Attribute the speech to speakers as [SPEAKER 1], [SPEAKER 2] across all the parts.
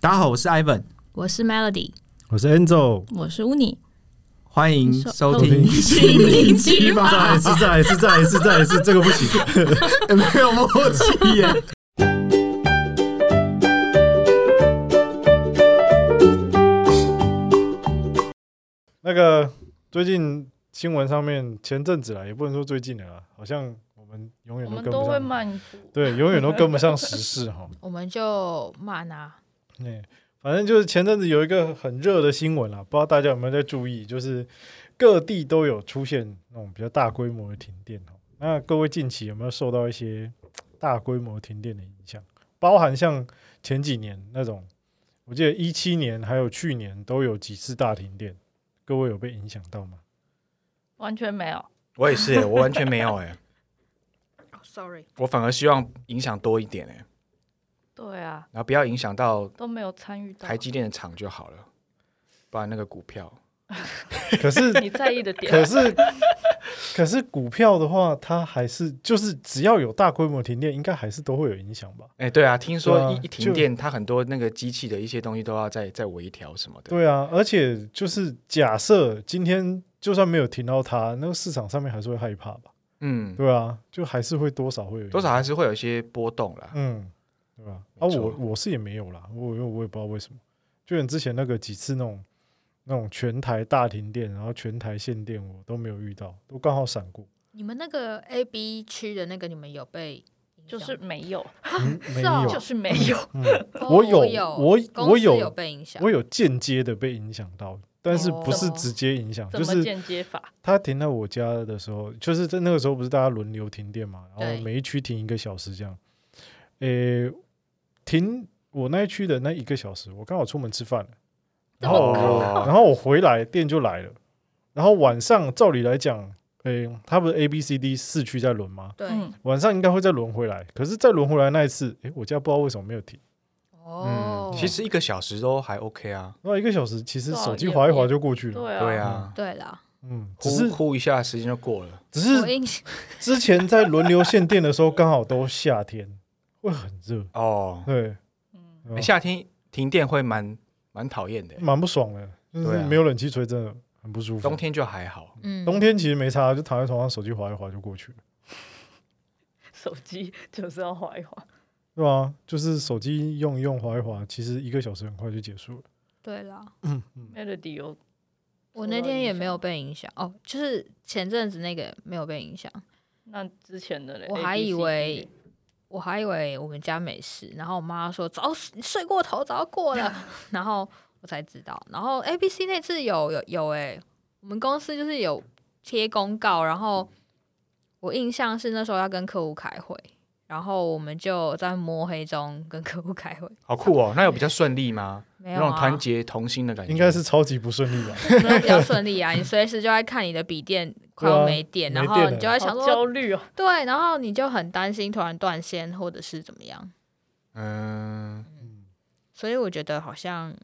[SPEAKER 1] 大家好，我是 Ivan，
[SPEAKER 2] 我是 Melody，
[SPEAKER 3] 我是 Angel，
[SPEAKER 2] 我是 Uni，
[SPEAKER 1] 欢迎收听
[SPEAKER 3] 听。
[SPEAKER 2] 哦心灵奇
[SPEAKER 3] 再 来一次，再来一次，再来一次，再来一次，这个不行。
[SPEAKER 1] 哎没有默契耶。
[SPEAKER 3] 那个最近新闻上面，前阵子啦，也不能说最近了啦，好像我们永远都
[SPEAKER 4] 我们
[SPEAKER 3] 跟
[SPEAKER 4] 都
[SPEAKER 3] 不
[SPEAKER 4] 会
[SPEAKER 3] 上，
[SPEAKER 4] 慢 步，
[SPEAKER 3] 对，永远都跟不上时事哈。
[SPEAKER 4] 我们就慢啊。
[SPEAKER 3] 对，哎反正就是前阵子有一个很热的新闻啦，不知道大家有没有在注意，就是各地都有出现那种比较大规模的停电哦。那各位近期有没有受到一些大规模停电的影响？包含像前几年那种，我记得一七年还有去年都有几次大停电，各位有被影响到吗？
[SPEAKER 4] 完全没有。
[SPEAKER 5] 我也是耶，我完全没 有哎，
[SPEAKER 6] Oh,
[SPEAKER 4] Sorry，
[SPEAKER 5] 我反而希望影响多一点哎，
[SPEAKER 4] 对啊，
[SPEAKER 5] 然后不要影响到
[SPEAKER 4] 都没有参与到
[SPEAKER 5] 台积电的厂就好了，不然那个股票
[SPEAKER 3] 可是
[SPEAKER 4] 你在意的点。
[SPEAKER 3] 可是可是股票的话，它还是就是只要有大规模停电，应该还是都会有影响吧？
[SPEAKER 5] 哎，对啊，听说
[SPEAKER 3] 对啊
[SPEAKER 5] 一一停电，它很多那个机器的一些东西都要再再微调什么的。
[SPEAKER 3] 对啊，而且就是假设今天就算没有停到它，那个市场上面还是会害怕吧？
[SPEAKER 5] 嗯，
[SPEAKER 3] 对啊，就还是会多少会有
[SPEAKER 5] 多少，还是会有一些波动啦。
[SPEAKER 3] 嗯，对吧、啊？
[SPEAKER 5] 没错
[SPEAKER 3] 我我是也没有啦，我我我也不知道为什么，就连之前那个几次那种那种全台大停电，然后全台限电，我都没有遇到，都刚好闪过，
[SPEAKER 6] 你们那个 A、B 区的那个，你们有被影响
[SPEAKER 4] 就是没有，
[SPEAKER 3] 嗯没
[SPEAKER 6] 是哦
[SPEAKER 3] 有
[SPEAKER 4] 就，是没有。
[SPEAKER 3] 嗯，
[SPEAKER 6] 哦
[SPEAKER 3] 我
[SPEAKER 6] 我
[SPEAKER 3] 有我
[SPEAKER 6] 公
[SPEAKER 3] 我
[SPEAKER 6] 司
[SPEAKER 3] 有
[SPEAKER 6] 有被影响
[SPEAKER 3] 我，有间接的被影响到，但是不是
[SPEAKER 6] 哦
[SPEAKER 3] 直接影响，
[SPEAKER 4] 怎
[SPEAKER 3] 就
[SPEAKER 4] 么
[SPEAKER 3] 是
[SPEAKER 4] 间接法？
[SPEAKER 3] 他停在我家的时候，就是在那个时候不是大家轮流停电嘛，然
[SPEAKER 6] 对
[SPEAKER 3] 后每一区停一个小时这样。诶、停我那一区的那一个小时，我刚好出门吃饭了，然后
[SPEAKER 5] 这么
[SPEAKER 3] 我
[SPEAKER 5] 刚好
[SPEAKER 3] 然后我回来电就来了，然后晚上照理来讲，诶、他不是 A、B、C、D 四区在轮吗？
[SPEAKER 6] 对，
[SPEAKER 4] 嗯，
[SPEAKER 3] 晚上应该会再轮回来，可是再轮回来那一次，诶、我家不知道为什么没有停。
[SPEAKER 6] 哦
[SPEAKER 5] 嗯，，其实一个小时都还 OK 啊。
[SPEAKER 3] 那一个小时其实
[SPEAKER 4] 对啊
[SPEAKER 3] 手机
[SPEAKER 4] 也
[SPEAKER 3] 划一划
[SPEAKER 4] 也
[SPEAKER 3] 就过去了，
[SPEAKER 4] 对啊，
[SPEAKER 5] 对啊，
[SPEAKER 6] 对啦，
[SPEAKER 3] 嗯，只
[SPEAKER 5] 呼
[SPEAKER 3] 是
[SPEAKER 5] 呼一下时间就过了。
[SPEAKER 3] 只
[SPEAKER 6] 我
[SPEAKER 3] 是
[SPEAKER 6] 印象
[SPEAKER 3] 之前在轮流限电的时候，刚好都夏天，会很热。
[SPEAKER 5] 哦，欸
[SPEAKER 3] 对，
[SPEAKER 4] 嗯，
[SPEAKER 3] 嗯
[SPEAKER 5] 夏天停电会蛮蛮讨厌的，
[SPEAKER 3] 蛮不爽的，就
[SPEAKER 5] 对
[SPEAKER 3] 是
[SPEAKER 5] 啊
[SPEAKER 3] 没有冷气吹，真的很不舒服。
[SPEAKER 5] 冬天就还好。
[SPEAKER 6] 嗯，
[SPEAKER 3] 冬天其实没差，就躺在床上手机滑一滑就过去了，
[SPEAKER 4] 手机就是要划一划。
[SPEAKER 3] 对吧、就是手机用一用滑一滑，其实一个小时很快就结束了。
[SPEAKER 6] 对啦，
[SPEAKER 4] Melody 有
[SPEAKER 6] 我那天也没有被影响哦，就是前阵子那个没有被影响，
[SPEAKER 4] 那之前的嘞，
[SPEAKER 6] 我
[SPEAKER 4] A, B,
[SPEAKER 6] 还
[SPEAKER 4] C,
[SPEAKER 6] 以
[SPEAKER 4] D
[SPEAKER 6] 为我还以为我们家没事，然后我妈说早死你睡过头，早过 了，然后我才知道。然后 A、B、C 那次有有有诶、我们公司就是有贴公告，然后我印象是那时候要跟客户开会，然后我们就在摸黑中跟客户 开会，
[SPEAKER 5] 好酷哦，那有比较顺利吗？
[SPEAKER 6] 没
[SPEAKER 5] 那
[SPEAKER 6] 有
[SPEAKER 5] 种团
[SPEAKER 6] 啊，
[SPEAKER 5] 结同心的感觉，
[SPEAKER 3] 应该是超级不顺利吧？
[SPEAKER 6] 没有比较顺利啊，你随时就在看你的笔电 快
[SPEAKER 3] 对
[SPEAKER 6] 要
[SPEAKER 3] 啊
[SPEAKER 6] 没电，
[SPEAKER 3] 没
[SPEAKER 6] 然后
[SPEAKER 3] 电
[SPEAKER 6] 你
[SPEAKER 3] 了
[SPEAKER 6] 就在想
[SPEAKER 4] 好
[SPEAKER 6] 说
[SPEAKER 4] 焦虑哦，
[SPEAKER 6] 对，然后你就很担心突然断线或者是怎么样。
[SPEAKER 5] 嗯。
[SPEAKER 6] 所以我觉得好像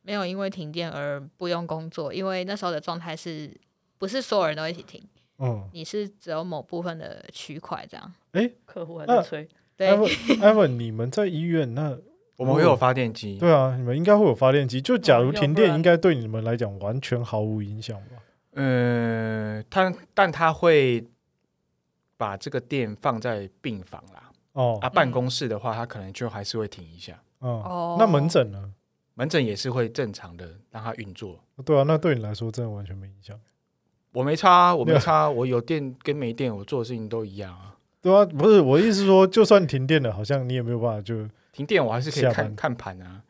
[SPEAKER 6] 没有因为停电而不用工作，因为那时候的状态是不是所有人都一起停，
[SPEAKER 3] 嗯，
[SPEAKER 6] 你是只有某部分的区块这样。
[SPEAKER 4] 客户还在
[SPEAKER 5] 嗯
[SPEAKER 3] 那
[SPEAKER 4] 催。
[SPEAKER 6] 对
[SPEAKER 5] 啊
[SPEAKER 3] 艾，文，艾文，你们在医院那？
[SPEAKER 5] 我们会有发电机，
[SPEAKER 3] 对啊，你们应该会有发电机。就假如
[SPEAKER 4] 要不
[SPEAKER 3] 停电，
[SPEAKER 4] 然
[SPEAKER 3] 应该对你们来讲完全毫无影响吧？
[SPEAKER 5] 呃，它但它会把这个电放在病房啦，
[SPEAKER 3] 哦，
[SPEAKER 5] 啊，办公室的话，它可能就还是会停一下，
[SPEAKER 3] 嗯
[SPEAKER 6] 哦，
[SPEAKER 3] 那门诊呢？
[SPEAKER 5] 门诊也是会正常的让它运作。
[SPEAKER 3] 对啊，那对你来说真的完全没影响。
[SPEAKER 5] 我没差啊，我没差 啊，我有电跟没电，我做的事情都一样啊。
[SPEAKER 3] 对啊，不是我的意思是说，就算停电了，好像你也没有办法就哦
[SPEAKER 5] 停电我还是可
[SPEAKER 3] 下班
[SPEAKER 5] 以看看盘啊，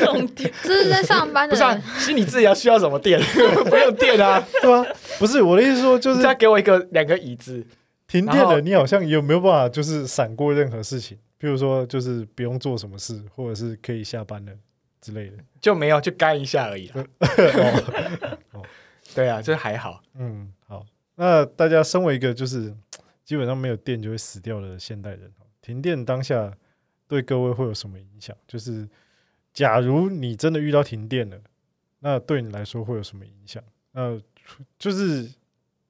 [SPEAKER 4] 重点
[SPEAKER 6] 这是在上班
[SPEAKER 5] 不
[SPEAKER 6] 的
[SPEAKER 5] 是啊
[SPEAKER 6] 人，，
[SPEAKER 5] 是你自己要需要什么电， 不用电啊，
[SPEAKER 3] 对啊，不是我的意思是说， 就
[SPEAKER 5] 就是是要给我一个两个椅子，
[SPEAKER 3] 停电
[SPEAKER 5] 然后
[SPEAKER 3] 了，你好像有没有办法就是闪过任何事情？譬如说，就是不用做什么事，或者是可以下班了之类的。
[SPEAKER 5] 就没有就干一下而已 啦。
[SPEAKER 3] 哦
[SPEAKER 5] 对啊，这还好，
[SPEAKER 3] 嗯，好，那大家身为一个就是基本上没有电就会死掉的现代人，停电当下对各位会有什么影响？就是假如你真的遇到停电了，那对你来说会有什么影响？那就是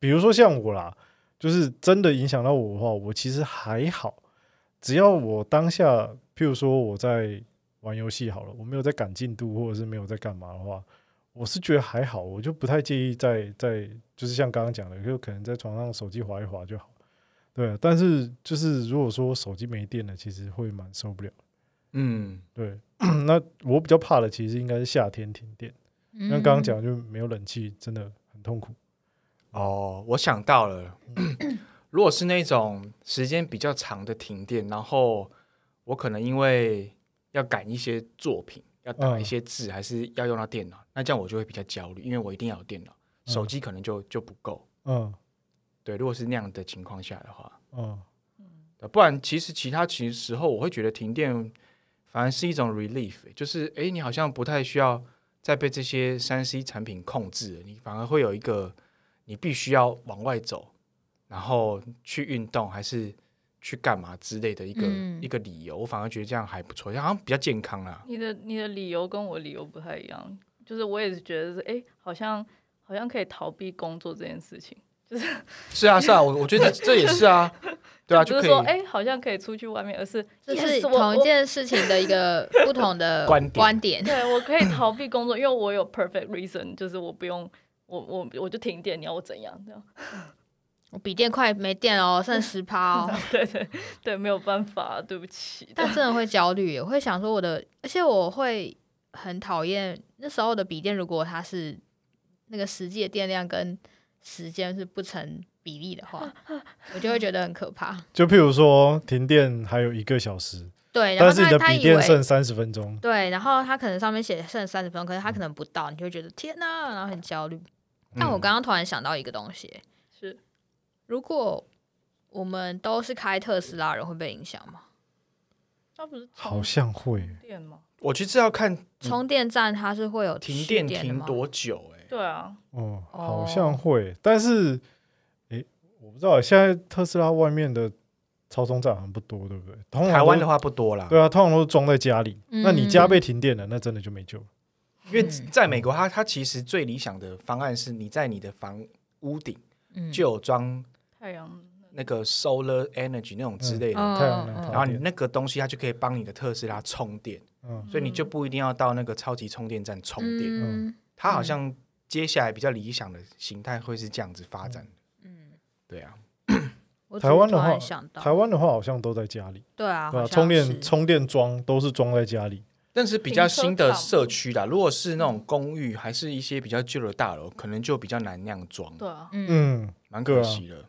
[SPEAKER 3] 比如说像我啦，就是真的影响到我的话，我其实还好，只要我当下，譬如说我在玩游戏好了，我没有在赶进度或者是没有在干嘛的话，我是觉得还好，我就不太介意在在就是像刚刚讲的，就可能在床上手机滑一滑就好。对啊，但是就是如果说手机没电了，其实会蛮受不了。
[SPEAKER 5] 嗯，
[SPEAKER 3] 对， 那我比较怕的其实应该是夏天停电，
[SPEAKER 6] 嗯
[SPEAKER 3] 那刚刚讲就没有冷气，真的很痛苦。
[SPEAKER 5] 哦，我想到了，如果是那种时间比较长的停电，然后我可能因为要赶一些作品，要打一些字，还是要用到电脑，那这样我就会比较焦虑，因为我一定要有电脑，
[SPEAKER 3] 嗯
[SPEAKER 5] 手机可能就就不够。
[SPEAKER 3] 嗯
[SPEAKER 5] 对，如果是那样的情况下的话，
[SPEAKER 3] 嗯
[SPEAKER 5] 对呃不然其实其他其实时候我会觉得停电反而是一种 relief，就是欸诶，你好像不太需要再被这些三 C 产品控制了，你反而会有一个你必须要往外走，然后去运动还是去干嘛之类的一个、
[SPEAKER 6] 嗯
[SPEAKER 5] 一个理由，我反而觉得这样还不错，好像比较健康啦。
[SPEAKER 4] 你的你的理由跟我理由不太一样，就是我也是觉得是，哎、好像好像可以逃避工作这件事情，
[SPEAKER 5] 是啊，是啊，我我觉得这这也是啊，对 啊，
[SPEAKER 4] 就
[SPEAKER 5] 就可
[SPEAKER 4] 不是说，
[SPEAKER 5] 以
[SPEAKER 4] 哎、好像可以出去外面，而是
[SPEAKER 6] 这
[SPEAKER 4] yes，
[SPEAKER 6] 是
[SPEAKER 4] 我
[SPEAKER 6] 同一
[SPEAKER 4] 我
[SPEAKER 6] 件事情的一个不同的
[SPEAKER 5] 观点
[SPEAKER 6] 观点。
[SPEAKER 4] 对我可以逃避工作，因为我有 perfect reason，就是我不用我我我就停电，你要我怎样这样？
[SPEAKER 6] 我笔电快没电了哦，剩十趴哦。
[SPEAKER 4] 对对对，没有办法，对不起。
[SPEAKER 6] 但真的会焦虑耶，我会想说我的，而且我会很讨厌那时候的笔电，如果它是那个实际的电量跟时间是不成比例的话，我就会觉得很可怕。
[SPEAKER 3] 就譬如说停电还有一个小时，
[SPEAKER 6] 对，然
[SPEAKER 3] 但
[SPEAKER 6] 后
[SPEAKER 3] 是你
[SPEAKER 6] 他
[SPEAKER 3] 的
[SPEAKER 6] 他
[SPEAKER 3] 笔
[SPEAKER 6] 以为哦
[SPEAKER 3] 电剩三十分钟，
[SPEAKER 6] 对，然后他可能上面写剩三十分钟，可是
[SPEAKER 5] 嗯
[SPEAKER 6] 他可能不到，你就会觉得天哪、然后很焦虑。但我刚刚突然想到一个东西，
[SPEAKER 4] 是
[SPEAKER 6] 如果我们都是开特斯拉的人，会被影响吗？
[SPEAKER 4] 他不是
[SPEAKER 3] 好像会。
[SPEAKER 4] 电吗？
[SPEAKER 5] 我其实要看
[SPEAKER 6] 充电站它是会有
[SPEAKER 5] 嗯停
[SPEAKER 6] 蓄
[SPEAKER 5] 电
[SPEAKER 6] 的
[SPEAKER 5] 停
[SPEAKER 6] 吗
[SPEAKER 5] 多久、欸，
[SPEAKER 4] 对啊，
[SPEAKER 3] 哦，
[SPEAKER 6] 哦
[SPEAKER 3] 好像会，但是，诶，我不知道，现在特斯拉外面的超充站好像不多，对不对？通常都
[SPEAKER 5] 台湾的，话不多啦，
[SPEAKER 3] 对啊，通常都是装在家里。
[SPEAKER 6] 嗯
[SPEAKER 3] 那你家被停电了，那真的就没救了。
[SPEAKER 5] 因为在美国它，它其实最理想的方案是你在你的房屋顶
[SPEAKER 6] 嗯
[SPEAKER 5] 就有装
[SPEAKER 4] 太阳
[SPEAKER 5] 那个 solar energy 那种之类的，
[SPEAKER 6] 嗯
[SPEAKER 3] 太阳能
[SPEAKER 6] 嗯
[SPEAKER 5] 然后
[SPEAKER 3] 发
[SPEAKER 5] 你
[SPEAKER 3] 电，
[SPEAKER 5] 那个东西它就可以帮你的特斯拉充电，
[SPEAKER 3] 嗯
[SPEAKER 5] 所以你就不一定要到那个超级充电站充电。
[SPEAKER 6] 嗯
[SPEAKER 5] 它好像接下来比较理想的形态会是这样子发展的。
[SPEAKER 6] 嗯，
[SPEAKER 5] 对啊，
[SPEAKER 6] 我只
[SPEAKER 3] 台湾的
[SPEAKER 6] 突然
[SPEAKER 3] 话
[SPEAKER 6] 想到，
[SPEAKER 3] 台湾的话好像都在家里，
[SPEAKER 6] 对啊，
[SPEAKER 3] 对
[SPEAKER 6] 好
[SPEAKER 3] 啊，
[SPEAKER 6] 像
[SPEAKER 3] 充
[SPEAKER 6] 是
[SPEAKER 3] 电充电桩都是装在家里。
[SPEAKER 5] 但是比较新的社区啦，如果是那种公寓，还是一些比较旧的大楼，可能就比较难那样装，
[SPEAKER 4] 对啊，
[SPEAKER 6] 嗯，
[SPEAKER 3] 嗯，
[SPEAKER 5] 蛮可惜的。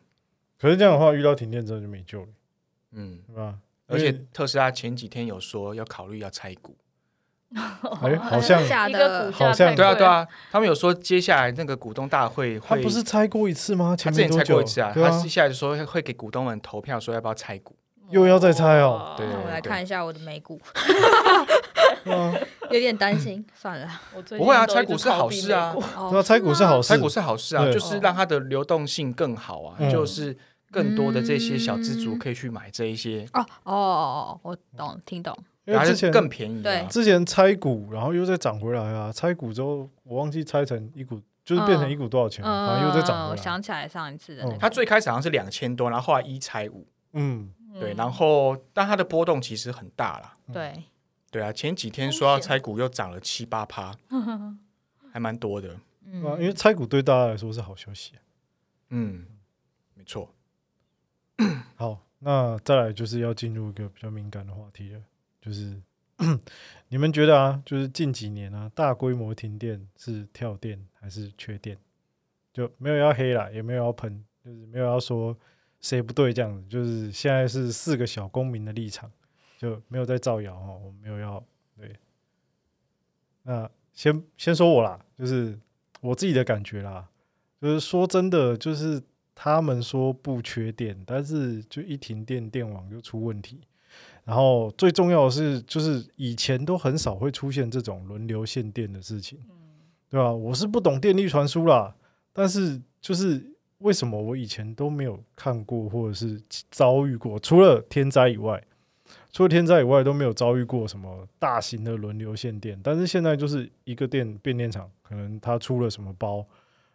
[SPEAKER 3] 可是这样的话，遇到停电真的就没救了，
[SPEAKER 5] 嗯，
[SPEAKER 3] 对吧？
[SPEAKER 5] 而且
[SPEAKER 3] 因为
[SPEAKER 5] 特斯拉前几天有说要考虑要拆股。
[SPEAKER 3] 哎，好像
[SPEAKER 6] 真的假
[SPEAKER 4] 一个
[SPEAKER 6] 的
[SPEAKER 4] 股价
[SPEAKER 3] 好像
[SPEAKER 4] 太
[SPEAKER 5] 对啊，
[SPEAKER 4] 贵
[SPEAKER 5] 对啊，他们有说接下来那个股东大会
[SPEAKER 3] 他
[SPEAKER 5] 会，
[SPEAKER 3] 不是拆过一次吗？
[SPEAKER 5] 他
[SPEAKER 3] 前
[SPEAKER 5] 之
[SPEAKER 3] 面多
[SPEAKER 5] 前拆
[SPEAKER 3] 久？
[SPEAKER 5] 过一次啊，
[SPEAKER 3] 对
[SPEAKER 5] 他
[SPEAKER 3] 啊，
[SPEAKER 5] 私下就说会给股东们投票，说要不要拆股。
[SPEAKER 3] 又要再猜哦
[SPEAKER 4] 哇
[SPEAKER 5] 对
[SPEAKER 6] 那我来看一下我的美股，
[SPEAKER 3] 对啊
[SPEAKER 6] 有点担 心，算了。
[SPEAKER 4] 我最
[SPEAKER 5] 不会啊
[SPEAKER 4] 近都
[SPEAKER 5] 拆
[SPEAKER 4] 一
[SPEAKER 5] 股
[SPEAKER 4] 直
[SPEAKER 5] 是
[SPEAKER 4] 逃
[SPEAKER 5] 好
[SPEAKER 4] 避
[SPEAKER 5] 事啊
[SPEAKER 4] 美股
[SPEAKER 6] 哦
[SPEAKER 3] 对啊，拆股是好事
[SPEAKER 5] 拆，股是好事啊，
[SPEAKER 3] 对
[SPEAKER 5] 就是让它的流动性更好啊，
[SPEAKER 3] 嗯
[SPEAKER 5] 就是更多的这些小资族可以去买这一些，
[SPEAKER 6] 哦哦哦，哦我懂，听懂。
[SPEAKER 3] 嗯因为
[SPEAKER 5] 后
[SPEAKER 3] 之
[SPEAKER 5] 就
[SPEAKER 3] 前
[SPEAKER 5] 更便宜啊。
[SPEAKER 6] 对
[SPEAKER 3] 之前拆股，然后又再涨回来啊，拆股之后我忘记拆成一股，就是变成一股多少钱，
[SPEAKER 6] 嗯，
[SPEAKER 3] 反正又再涨
[SPEAKER 6] 我
[SPEAKER 3] 回来。
[SPEAKER 6] 想起来上一次的那个，
[SPEAKER 5] 它最开始好像是两千多，然后后来一拆五，
[SPEAKER 3] 嗯，
[SPEAKER 5] 对，然后但它的波动其实很大啦。
[SPEAKER 6] 对，
[SPEAKER 5] 对啊，前几天说要拆股又涨了七 八趴，还蛮多的。
[SPEAKER 3] 对啊
[SPEAKER 6] 嗯，
[SPEAKER 3] 因为拆股对大家来说是好消息。
[SPEAKER 5] 嗯，没错。
[SPEAKER 3] 好，那再来就是要进入一个比较敏感的话题了，就是 你们觉得啊，就是近几年啊，大规模停电是跳电还是缺电？就没有要黑啦，也没有要喷，就是没有要说谁不对这样子，就是现在是四个小公民的立场，就没有在造谣哦，我没有要对。那先先说我啦，就是我自己的感觉啦，就是说真的，就是他们说不缺电，但是就一停电，电网就出问题。然后最重要的是，就是以前都很少会出现这种轮流限电的事情，对吧、我是不懂电力传输啦，但是就是为什么我以前都没有看过或者是遭遇过，除了天灾以外，除了天灾以外都没有遭遇过什么大型的轮流限电，但是现在就是一个电变电厂，可能它出了什么包，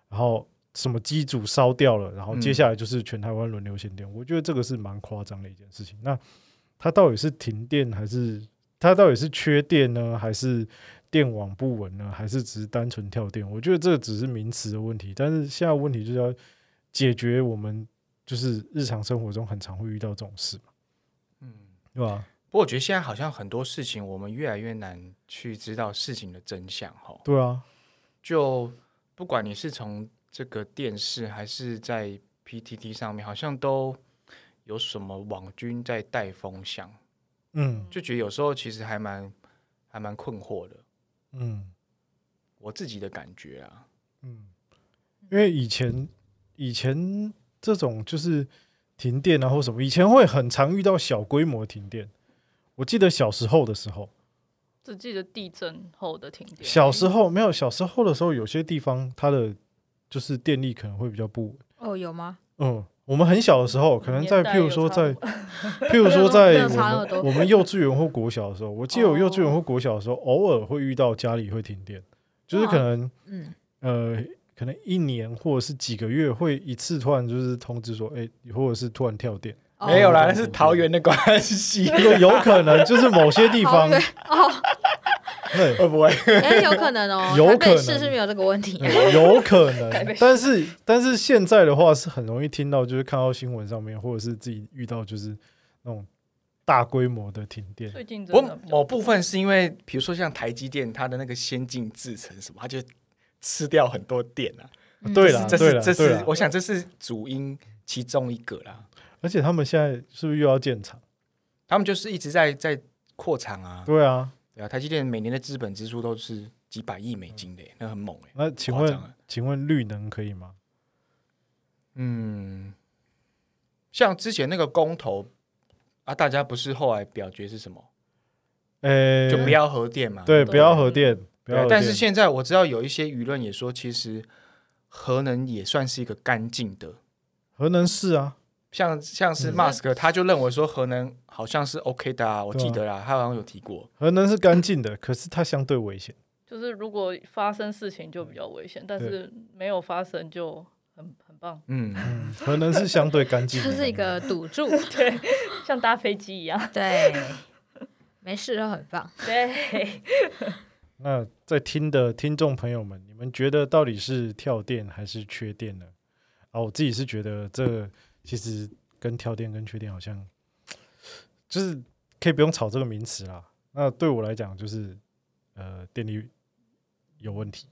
[SPEAKER 3] 然后什么机组烧掉了，然后接下来就是全台湾轮流限电，我觉得这个是蛮夸张的一件事情。那它到底是停电还是它到底是缺电呢，还是电网不稳呢，还是只是单纯跳电？我觉得这只是名词的问题，但是现在问题就是要解决我们就是日常生活中很常会遇到这种事嘛，
[SPEAKER 5] 嗯，
[SPEAKER 3] 对吧？
[SPEAKER 5] 不过我觉得现在好像很多事情我们越来越难去知道事情的真相哈。吼
[SPEAKER 3] 对啊，
[SPEAKER 5] 就不管你是从这个电视还是在 PTT 上面，好像都有什么网军在带风向，
[SPEAKER 3] 嗯
[SPEAKER 5] 就觉得有时候其实还蛮还蛮困惑的，
[SPEAKER 3] 嗯
[SPEAKER 5] 我自己的感觉啊。
[SPEAKER 3] 嗯，因为以前以前这种就是停电啊或什么，以前会很常遇到小规模停电。我记得小时候的时候，
[SPEAKER 4] 只记得地震后的停电。
[SPEAKER 3] 小时候没有，小时候的时候，有些地方它的就是电力可能会比较不稳。
[SPEAKER 6] 哦，有吗？
[SPEAKER 3] 嗯，我们很小的时候，可能在
[SPEAKER 4] 年代
[SPEAKER 3] 譬如
[SPEAKER 4] 有
[SPEAKER 3] 说
[SPEAKER 4] 差
[SPEAKER 3] 在
[SPEAKER 4] 不多
[SPEAKER 3] 譬如说
[SPEAKER 6] 没
[SPEAKER 3] 在
[SPEAKER 6] 有
[SPEAKER 3] 我
[SPEAKER 6] 差那么
[SPEAKER 3] 们
[SPEAKER 6] 多
[SPEAKER 3] 我们幼稚园或国小的时候，我记得我幼稚园或国小的时候，
[SPEAKER 4] 哦
[SPEAKER 3] 偶尔会遇到家里会停电，就是可
[SPEAKER 6] 哇
[SPEAKER 3] 能
[SPEAKER 6] 嗯，
[SPEAKER 3] 呃，可能一年或者是几个月会一次突然就是通知说，哎、或者是突然跳电，
[SPEAKER 6] 哦
[SPEAKER 5] 没有啦，那是桃园的关系，
[SPEAKER 3] 这个有可能就是某些地
[SPEAKER 6] 桃
[SPEAKER 3] 方
[SPEAKER 6] 园哦，
[SPEAKER 3] 对。
[SPEAKER 5] 会不会？
[SPEAKER 6] 哎，有可能 哦，
[SPEAKER 3] 有
[SPEAKER 6] 台
[SPEAKER 3] 可
[SPEAKER 6] 北
[SPEAKER 3] 能
[SPEAKER 6] 市是没有这个问题。
[SPEAKER 3] 嗯有可
[SPEAKER 4] 台北
[SPEAKER 3] 能
[SPEAKER 4] 市，
[SPEAKER 3] 但是但是现在的话是很容易听到，就是看到新闻上面，或者是自己遇到就是那种大规模的停电。
[SPEAKER 4] 最近
[SPEAKER 5] 我
[SPEAKER 4] 真的比较
[SPEAKER 5] 某部分是因为，比如说像台积电，它的那个先进制程什么，它就吃掉很多电啊。
[SPEAKER 6] 嗯
[SPEAKER 3] 对啦
[SPEAKER 5] 这
[SPEAKER 3] 对
[SPEAKER 5] 是
[SPEAKER 3] 啦
[SPEAKER 5] 这
[SPEAKER 3] 对
[SPEAKER 5] 是
[SPEAKER 3] 啦，
[SPEAKER 5] 我想这是主因其中一个啦。
[SPEAKER 3] 而且他们现在是不是又要建厂？
[SPEAKER 5] 他们就是一直在在扩厂啊，
[SPEAKER 3] 对啊，
[SPEAKER 5] 对啊，台积电每年的资本支出都是几百亿美金的
[SPEAKER 3] 嗯
[SPEAKER 5] 耶，那很猛哎。
[SPEAKER 3] 那请
[SPEAKER 5] 夸
[SPEAKER 3] 问
[SPEAKER 5] 张了
[SPEAKER 3] 请问绿能可以吗？
[SPEAKER 5] 嗯，像之前那个公投啊，大家不是后来表决是什么？
[SPEAKER 3] 呃，
[SPEAKER 5] 就不要核电嘛。
[SPEAKER 3] 对，
[SPEAKER 4] 对
[SPEAKER 3] 不要核电，不
[SPEAKER 5] 对
[SPEAKER 3] 要
[SPEAKER 5] 啊。
[SPEAKER 3] 核
[SPEAKER 5] 但是
[SPEAKER 3] 电
[SPEAKER 5] 现在我知道有一些舆论也说，其实核能也算是一个干净的。
[SPEAKER 3] 核能是啊，
[SPEAKER 5] 像像是
[SPEAKER 3] 嗯
[SPEAKER 5] Musk，、他就认为说核能好像是 OK 的啊，我
[SPEAKER 3] 对啊
[SPEAKER 5] 记得啦，他好像有提过。
[SPEAKER 3] 核能是干净的，可是它相对危险。
[SPEAKER 4] 就是如果发生事情就比较危险，但是没有发生就很很棒，
[SPEAKER 5] 嗯，
[SPEAKER 3] 嗯，核能是相对干 净的，
[SPEAKER 6] 这是一个赌注，
[SPEAKER 4] 像搭飞机一样。
[SPEAKER 6] 对，没事都很棒。
[SPEAKER 4] 对，
[SPEAKER 3] 那在听的听众朋友们，你们觉得到底是跳电还是缺电呢？啊，我自己是觉得这个其实跟跳电跟缺电好像，就是可以不用吵这个名词啦。那对我来讲，就是呃电力有问题，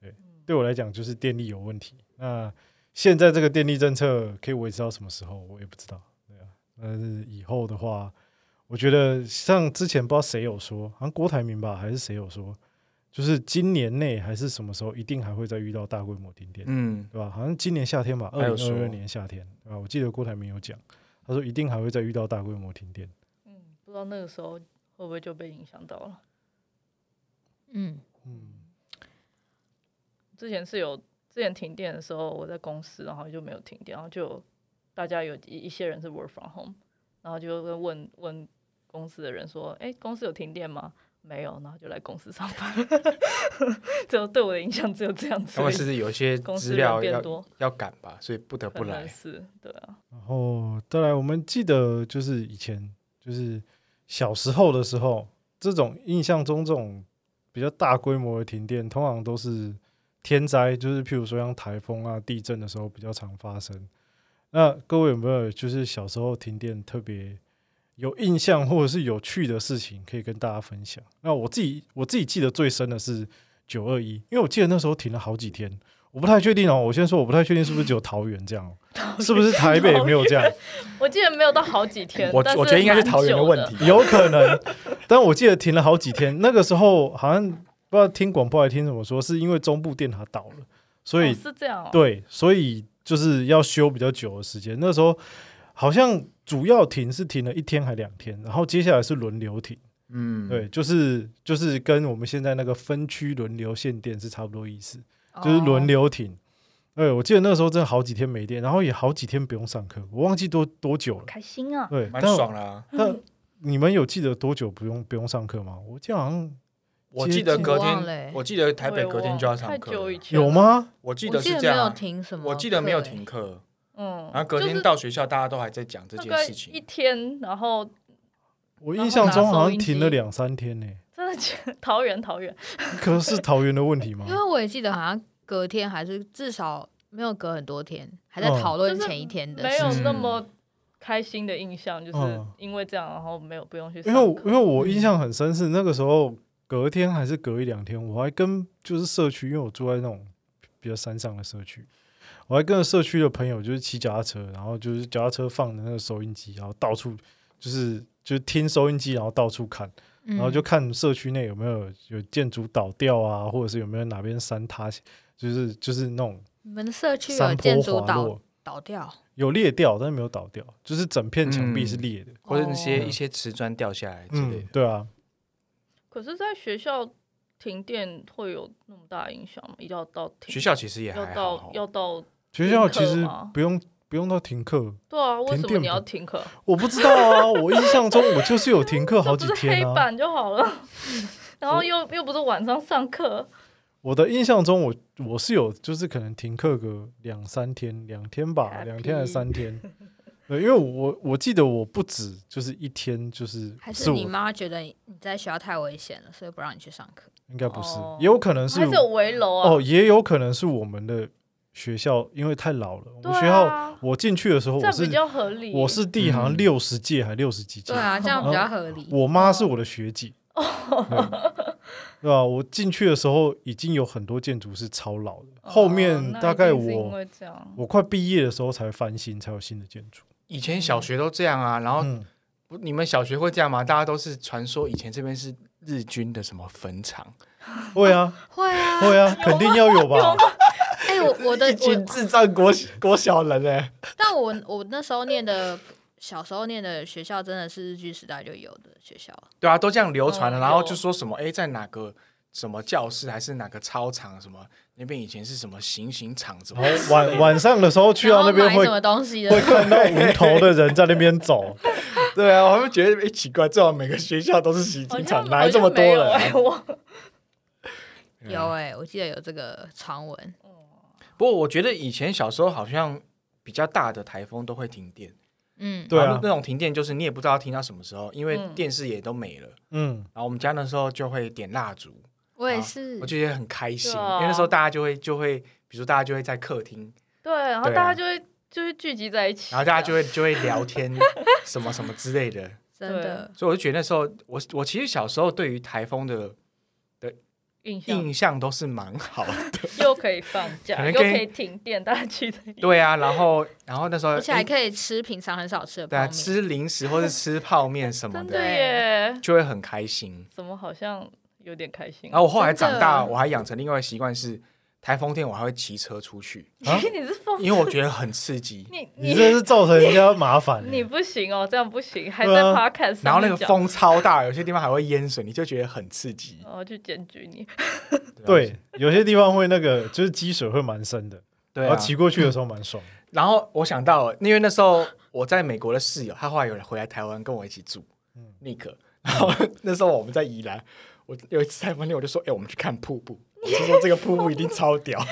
[SPEAKER 3] 对，对我来讲就是电力有问题。那现在这个电力政策可以维持到什么时候，我也不知道，对啊。但是以后的话，我觉得像之前不知道谁有说，好像郭台铭吧，还是谁有说，就是今年内还是什么时候，一定还会再遇到大规模停电，
[SPEAKER 5] 嗯，
[SPEAKER 3] 对吧？好像今年夏天吧，
[SPEAKER 5] 还
[SPEAKER 3] 二
[SPEAKER 5] 有
[SPEAKER 3] 零
[SPEAKER 5] 说
[SPEAKER 3] 二二年夏天，对吧？我记得郭台铭有讲，他说一定还会再遇到大规模停电。
[SPEAKER 4] 嗯，不知道那个时候会不会就被影响到了。
[SPEAKER 6] 嗯，
[SPEAKER 3] 嗯，
[SPEAKER 4] 之前是有之前停电的时候，我在公司，然后就没有停电，然后就有大家有一一些人是 work from home，然后就会问问公司的人说：“哎、公司有停电吗？”没有，然后就来公司上班。 只有对我的影响只有这样子
[SPEAKER 5] 他
[SPEAKER 4] 而
[SPEAKER 5] 们
[SPEAKER 4] 已，
[SPEAKER 5] 是不是有一些
[SPEAKER 4] 公
[SPEAKER 5] 资
[SPEAKER 4] 司人
[SPEAKER 5] 料
[SPEAKER 4] 变
[SPEAKER 5] 要
[SPEAKER 4] 多
[SPEAKER 5] 要赶吧，所以不得不
[SPEAKER 4] 可能
[SPEAKER 5] 来。
[SPEAKER 4] 是对啊，
[SPEAKER 3] 然后再来，我们记得就是以前就是小时候的时候，这种印象中这种比较大规模的停电，通常都是天灾，就是譬如说像台风啊、地震的时候比较常发生。那各位有没有就是小时候停电特别有印象或者是有趣的事情可以跟大家分享？那我自己我自己记得最深的是九二一，因为我记得那时候停了好几天，我不太确定哦。我先说我不太确定是不是只有桃园这样哦、是不是台北没有这样？
[SPEAKER 4] 我记得没有到好几天，
[SPEAKER 5] 我
[SPEAKER 4] 但
[SPEAKER 5] 我觉得应该是
[SPEAKER 4] 蛮
[SPEAKER 5] 桃园
[SPEAKER 4] 久
[SPEAKER 5] 的
[SPEAKER 4] 的哦
[SPEAKER 5] 问题。啊
[SPEAKER 3] 有可能，但我记得停了好几天。那个时候好像不知道听广播还听什么说，是因为中部电塔倒了，所以、
[SPEAKER 4] 哦是这样、哦，
[SPEAKER 3] 对，所以就是要修比较久的时间。那时候好像主要停是停了一天还两天，然后接下来是轮流停。
[SPEAKER 5] 嗯，
[SPEAKER 3] 对，，就是就是跟我们现在那个分区轮流限电是差不多意思，
[SPEAKER 4] 哦
[SPEAKER 3] 就是轮
[SPEAKER 6] 流。
[SPEAKER 3] 流停。对，我记得那时候真的好几天没电，然后也好几天不用上课，我忘记多多久了。
[SPEAKER 4] 开心啊，
[SPEAKER 3] 对，
[SPEAKER 5] 蛮
[SPEAKER 3] 但
[SPEAKER 5] 爽啦。
[SPEAKER 3] 那你们有记得多久不用不用上课吗？我记得好像
[SPEAKER 5] 我记得隔
[SPEAKER 6] 我忘了欸
[SPEAKER 5] 天，我记得台北隔天就要
[SPEAKER 4] 太
[SPEAKER 5] 上课
[SPEAKER 4] 久以
[SPEAKER 5] 了，
[SPEAKER 4] 前了
[SPEAKER 3] 有？吗？
[SPEAKER 5] 我记
[SPEAKER 6] 我
[SPEAKER 5] 得
[SPEAKER 6] 记
[SPEAKER 5] 是
[SPEAKER 6] 得
[SPEAKER 5] 这
[SPEAKER 6] 没有
[SPEAKER 5] 样啊。
[SPEAKER 6] 停什么，
[SPEAKER 5] 我记得没有停。课，
[SPEAKER 4] 嗯，
[SPEAKER 5] 然后隔
[SPEAKER 4] 就
[SPEAKER 5] 天
[SPEAKER 4] 是
[SPEAKER 5] 到学校，大家都还在讲这
[SPEAKER 4] 大
[SPEAKER 5] 件
[SPEAKER 4] 概
[SPEAKER 5] 事
[SPEAKER 4] 一
[SPEAKER 5] 情。
[SPEAKER 4] 天，然后
[SPEAKER 3] 我
[SPEAKER 4] 然
[SPEAKER 3] 印
[SPEAKER 4] 后
[SPEAKER 3] 象
[SPEAKER 4] 拿
[SPEAKER 3] 中好
[SPEAKER 4] 收
[SPEAKER 3] 像
[SPEAKER 4] 音
[SPEAKER 3] 停了
[SPEAKER 4] 机
[SPEAKER 3] 两三天呢、
[SPEAKER 4] 真的觉得 桃园桃园，
[SPEAKER 3] 可是桃园的问 题吗
[SPEAKER 6] 因？为我也记得好像隔天还是至少没有隔很多天，还在
[SPEAKER 3] 哦
[SPEAKER 6] 讨论
[SPEAKER 4] 就是
[SPEAKER 6] 前一天的
[SPEAKER 4] 没
[SPEAKER 6] 事。
[SPEAKER 4] 有那
[SPEAKER 5] 嗯
[SPEAKER 4] 么开心的印象，就是
[SPEAKER 3] 嗯
[SPEAKER 4] 因为这样，然后没有不用去
[SPEAKER 3] 因
[SPEAKER 4] 上
[SPEAKER 3] 为
[SPEAKER 4] 课。
[SPEAKER 3] 我因为我印象很深是那个时候隔天还是隔一两天，我还跟就是社区，因为我住在那种比较山上的社区，我还跟着社区的朋友就是骑脚踏车，然后就是脚踏车放的那个收音机，然后到处就是就是听收音机，然后到处看，
[SPEAKER 6] 嗯
[SPEAKER 3] 然后就看社区内有没有有建筑倒掉啊，或者是有没有哪边山塌下，就是就是那种
[SPEAKER 6] 你们的社区有
[SPEAKER 3] 山
[SPEAKER 6] 建
[SPEAKER 3] 坡
[SPEAKER 6] 筑
[SPEAKER 3] 滑
[SPEAKER 6] 倒
[SPEAKER 3] 落。
[SPEAKER 6] 倒掉，
[SPEAKER 3] 有裂掉，但是没有倒掉，就是整片墙壁是
[SPEAKER 5] 嗯
[SPEAKER 3] 裂的。
[SPEAKER 5] 或者那些
[SPEAKER 3] 哦
[SPEAKER 5] 一些瓷砖掉下来之类
[SPEAKER 3] 嗯
[SPEAKER 5] 的，，
[SPEAKER 3] 对啊，
[SPEAKER 4] 可是，在学校停电会有那么大的影响吗？一定要到停
[SPEAKER 5] 学校其实也
[SPEAKER 4] 要
[SPEAKER 5] 还好
[SPEAKER 4] 到
[SPEAKER 5] 吼，
[SPEAKER 4] 要到
[SPEAKER 3] 学校
[SPEAKER 4] 停
[SPEAKER 3] 其
[SPEAKER 4] 课
[SPEAKER 3] 实
[SPEAKER 4] 吗
[SPEAKER 3] 不用不用到停课，
[SPEAKER 4] 对啊，为
[SPEAKER 3] 停
[SPEAKER 4] 什么
[SPEAKER 3] 电
[SPEAKER 4] 你
[SPEAKER 3] 吧
[SPEAKER 4] 要停课？
[SPEAKER 3] 我不知道啊，我印象中我就是有停课好
[SPEAKER 4] 这
[SPEAKER 3] 几
[SPEAKER 4] 不是黑
[SPEAKER 3] 天啊。
[SPEAKER 4] 板就好 了，然后又又不是晚上上课，
[SPEAKER 3] 我的印象中我我是有就是可能停课个两三天，两天吧，
[SPEAKER 4] Happy
[SPEAKER 3] 两天还是三天。对，因为我我记得我不止就是一天，就是
[SPEAKER 6] 还
[SPEAKER 3] 是
[SPEAKER 6] 是
[SPEAKER 3] 我
[SPEAKER 6] 你妈觉得你你在学校太危险了，所以不让你去上课？
[SPEAKER 3] 应该不是
[SPEAKER 4] 哦，
[SPEAKER 3] 也有可能是
[SPEAKER 4] 还是有围楼啊？
[SPEAKER 3] 哦，也有可能是我们的学校因为太老了，我
[SPEAKER 4] 对
[SPEAKER 3] 们学校
[SPEAKER 4] 啊，
[SPEAKER 3] 我进去的时候
[SPEAKER 4] 这
[SPEAKER 3] 我
[SPEAKER 4] 样比
[SPEAKER 3] 是
[SPEAKER 4] 较合理。哦
[SPEAKER 3] 我是弟好像
[SPEAKER 5] 嗯
[SPEAKER 3] 六十届还六十几届
[SPEAKER 6] 对，啊，这样比较合理。
[SPEAKER 3] 我妈是我的学 姐，
[SPEAKER 4] 哦
[SPEAKER 3] 对对吧、我进去的时候已经有很多建筑是超老的，
[SPEAKER 4] 哦
[SPEAKER 3] 后面
[SPEAKER 4] 那
[SPEAKER 3] 大
[SPEAKER 4] 一
[SPEAKER 3] 概
[SPEAKER 4] 定是因
[SPEAKER 3] 我
[SPEAKER 4] 为这样，
[SPEAKER 3] 我快毕业的时候才翻新，才有新的建筑。
[SPEAKER 5] 以前小学都这样啊，然后
[SPEAKER 3] 嗯，
[SPEAKER 5] 不你们小学会这样吗？大家都是传说以前这边是日军的什么坟场，
[SPEAKER 3] 会啊，
[SPEAKER 6] 会啊，
[SPEAKER 3] 会啊，肯定要有吧？
[SPEAKER 6] 哎、我我的
[SPEAKER 5] 日军
[SPEAKER 6] 我，
[SPEAKER 5] 智障国国小人哎、
[SPEAKER 6] 但我我那时候念的，小时候念的学校真的是日据时代就有的学校。
[SPEAKER 5] 对啊，都这样流传了，
[SPEAKER 4] 哦
[SPEAKER 5] 然后
[SPEAKER 4] 有
[SPEAKER 5] 就说什么哎，诶在哪个什么教室还是哪个操场什么那边以前是什么行刑场什
[SPEAKER 3] 然
[SPEAKER 5] 么，
[SPEAKER 3] 后晚晚上的时候去
[SPEAKER 6] 然
[SPEAKER 3] 到
[SPEAKER 6] 后
[SPEAKER 3] 那边
[SPEAKER 6] 买
[SPEAKER 3] 会
[SPEAKER 6] 什么东西
[SPEAKER 3] 会
[SPEAKER 6] 的？
[SPEAKER 3] 看到无头的人在那边走，
[SPEAKER 5] 对啊，我们觉得哎奇怪，最好每个学校都是行
[SPEAKER 4] 好
[SPEAKER 5] 刑
[SPEAKER 4] 像
[SPEAKER 5] 场，哪来这么多
[SPEAKER 4] 好像没有
[SPEAKER 5] 人？
[SPEAKER 4] 哎
[SPEAKER 5] 啊
[SPEAKER 4] 我
[SPEAKER 6] 有哎、我记得有这个传闻。
[SPEAKER 5] 不过我觉得以前小时候好像比较大的台风都会停电，
[SPEAKER 6] 嗯，
[SPEAKER 3] 对啊
[SPEAKER 5] 然后那种停电就是你也不知道停到什么时候，因为
[SPEAKER 4] 嗯
[SPEAKER 5] 电视也都没了。
[SPEAKER 3] 嗯，
[SPEAKER 5] 然后我们家那时候就会点蜡烛，
[SPEAKER 6] 我也是
[SPEAKER 5] 我。就觉得很开心，
[SPEAKER 4] 嗯对啊
[SPEAKER 5] 因为那时候大家就会就会，比如说大家就会在客厅，
[SPEAKER 4] 对，然后
[SPEAKER 5] 对啊
[SPEAKER 4] 大家就会就会聚集在一起，
[SPEAKER 5] 然后大家就会就会聊 天什么什么之类的，
[SPEAKER 6] 真的，
[SPEAKER 5] 所以我就觉得那时候我我其实小时候对于台风的
[SPEAKER 4] 印象
[SPEAKER 5] 印象都是蛮好的，
[SPEAKER 4] 又可以放
[SPEAKER 5] 可
[SPEAKER 4] 假，
[SPEAKER 5] 能
[SPEAKER 4] 又
[SPEAKER 5] 可以
[SPEAKER 4] 可以停电，大家聚在一起。
[SPEAKER 5] 对啊，然后然后那时候
[SPEAKER 6] 而且还
[SPEAKER 5] 诶
[SPEAKER 6] 可以吃平常很少吃的
[SPEAKER 5] 对
[SPEAKER 6] 泡
[SPEAKER 5] 啊，
[SPEAKER 6] 面。
[SPEAKER 5] 吃零食或是吃泡面 什么
[SPEAKER 4] 真的
[SPEAKER 5] 的，
[SPEAKER 4] 耶，
[SPEAKER 5] 就会很开心。
[SPEAKER 4] 怎么好像有点开心？啊
[SPEAKER 5] 然后我后来长大，
[SPEAKER 6] 真的
[SPEAKER 5] 我还养成另外一个习惯是，台风天我还会骑车 出去，
[SPEAKER 3] 啊
[SPEAKER 4] 你你是疯子，
[SPEAKER 5] 因为我觉得很刺激。
[SPEAKER 4] 你
[SPEAKER 3] 你
[SPEAKER 4] 你
[SPEAKER 3] 这是造成人家麻烦。
[SPEAKER 4] 你不行哦，这样不行，还
[SPEAKER 3] 对
[SPEAKER 4] 在
[SPEAKER 3] 啊
[SPEAKER 4] podcast，
[SPEAKER 5] 然后那个
[SPEAKER 4] 上面讲，
[SPEAKER 5] 风超大，有些地方还会淹水，你就觉得很刺
[SPEAKER 6] 哦
[SPEAKER 5] 激。
[SPEAKER 4] 然后哦去检举 你，
[SPEAKER 3] 对，有些地方会那个 就是积水会蛮深的，
[SPEAKER 5] 对
[SPEAKER 3] 然
[SPEAKER 5] 啊
[SPEAKER 3] 后。骑过去的时候蛮爽。
[SPEAKER 5] 然后我想到了，因为那时候我在美国的室友，他后来有人回来台湾跟我一起住
[SPEAKER 3] 嗯，
[SPEAKER 5] 尼克。然后那时候我们在宜兰，我有一次在饭店，我就说：“哎、我们去看瀑布。”我就说这个瀑布一定超屌，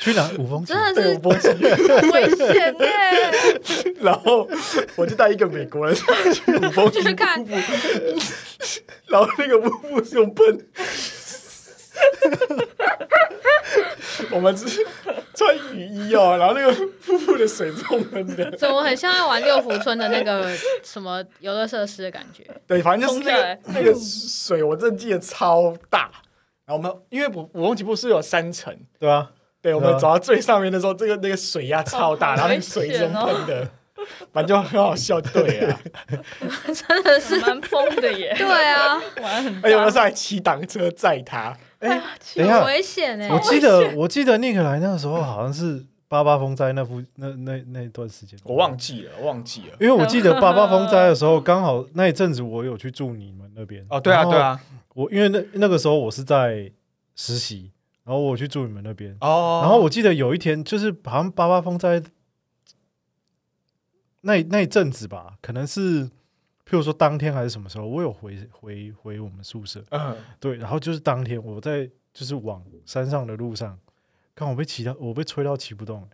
[SPEAKER 3] 去哪？五峰节
[SPEAKER 6] 真的
[SPEAKER 5] 对，
[SPEAKER 6] 是
[SPEAKER 5] 我崩溃。
[SPEAKER 4] 危险欸耶！
[SPEAKER 5] 然后我就带一个美国人去五峰
[SPEAKER 6] 就
[SPEAKER 5] 瀑
[SPEAKER 6] 去看
[SPEAKER 5] 布，然后那个瀑布是用喷。 我们只是穿雨衣哦，然后那个瀑布的水是用喷的，
[SPEAKER 6] 怎么很像在玩六福村的那个什么游乐设施的感觉？
[SPEAKER 5] 对，反正就是那个
[SPEAKER 4] 冲
[SPEAKER 5] 那个水，我真的记得超大。然后我们因为五五峰瀑布是有三层，
[SPEAKER 3] 对啊，
[SPEAKER 5] 对，我们
[SPEAKER 3] 对啊
[SPEAKER 5] 走到最上面的时候，这个那个水压超大，
[SPEAKER 4] 好
[SPEAKER 5] 然后那个水是用
[SPEAKER 4] 危险哦
[SPEAKER 5] 喷的， 反正就很好笑，对啊。
[SPEAKER 6] 真的是
[SPEAKER 4] 蛮疯的 耶，
[SPEAKER 6] 对啊，
[SPEAKER 4] 玩很大
[SPEAKER 5] 哎而且我那时候还骑挡车载他，
[SPEAKER 3] 等一
[SPEAKER 6] 很
[SPEAKER 3] 下，
[SPEAKER 6] 危险哎、
[SPEAKER 3] 我记得我记得尼克来那个时候好像是八八风灾那附那那那一段时间，
[SPEAKER 5] 我忘，记了，我忘记了。
[SPEAKER 3] 因为我记得八八风灾的时候，刚好那一阵子我有去住你们那边。
[SPEAKER 5] 哦，对啊，
[SPEAKER 3] 然后
[SPEAKER 5] 对，啊，
[SPEAKER 3] 我因为那那个时候我是在实习，然后我去住你们那边，
[SPEAKER 5] 哦，
[SPEAKER 3] 然后我记得有一天就是好像八八风灾那那一阵子吧，可能是譬如说当天还是什么时候，我有回回回我们宿舍，
[SPEAKER 5] 嗯，
[SPEAKER 3] 对，然后就是当天我在就是往山上的路上，看我被骑到，我被吹到骑不动，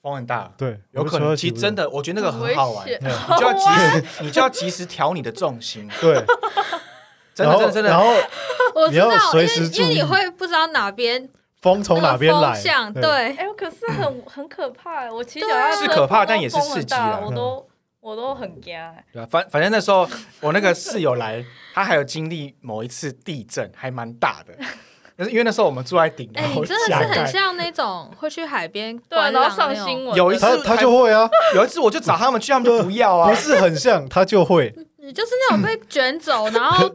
[SPEAKER 5] 风很大，
[SPEAKER 3] 对，
[SPEAKER 5] 有可能。其实真
[SPEAKER 3] 的
[SPEAKER 5] 的，我觉得那个很好玩，
[SPEAKER 4] 危险
[SPEAKER 5] 你就要及时，你就要及时调你的重心。
[SPEAKER 3] 对，
[SPEAKER 5] 真
[SPEAKER 3] 然
[SPEAKER 5] 的，
[SPEAKER 3] 后
[SPEAKER 5] 真的，真
[SPEAKER 3] 然
[SPEAKER 5] 的，
[SPEAKER 3] 后
[SPEAKER 6] 我
[SPEAKER 3] 你
[SPEAKER 6] 知道，
[SPEAKER 3] 要
[SPEAKER 6] 因
[SPEAKER 3] 随
[SPEAKER 6] 为
[SPEAKER 3] 时
[SPEAKER 6] 因为你
[SPEAKER 3] 注意
[SPEAKER 6] 会不知道哪边
[SPEAKER 3] 风从哪边
[SPEAKER 6] 那个
[SPEAKER 3] 来
[SPEAKER 6] 风？向，对，
[SPEAKER 4] 哎、可是 很很可怕、欸，我骑脚
[SPEAKER 6] 对啊
[SPEAKER 4] 踏车
[SPEAKER 5] 是可怕
[SPEAKER 4] 碰到
[SPEAKER 5] 但也是
[SPEAKER 4] 风很
[SPEAKER 5] 刺激
[SPEAKER 4] 大
[SPEAKER 5] 啊
[SPEAKER 4] 我都我都很惊、欸。
[SPEAKER 5] 对吧啊反反正那时候我那个室友来，他还有经历某一次地震，还蛮大的。但是因为那时候我们住在顶楼，
[SPEAKER 6] 哎、你真的
[SPEAKER 5] 下
[SPEAKER 6] 是
[SPEAKER 5] 盖
[SPEAKER 6] 很像那种会去海边
[SPEAKER 4] 对啊，
[SPEAKER 6] 观
[SPEAKER 4] 然后
[SPEAKER 6] 浪
[SPEAKER 4] 上
[SPEAKER 6] 那种
[SPEAKER 4] 新闻
[SPEAKER 5] 有一
[SPEAKER 4] 的
[SPEAKER 5] 次
[SPEAKER 3] 他他就会啊，
[SPEAKER 5] 有一次我就找他们去，他们就不要啊
[SPEAKER 3] 不。是很像，他就会。
[SPEAKER 6] 你就是那 种被卷走，然后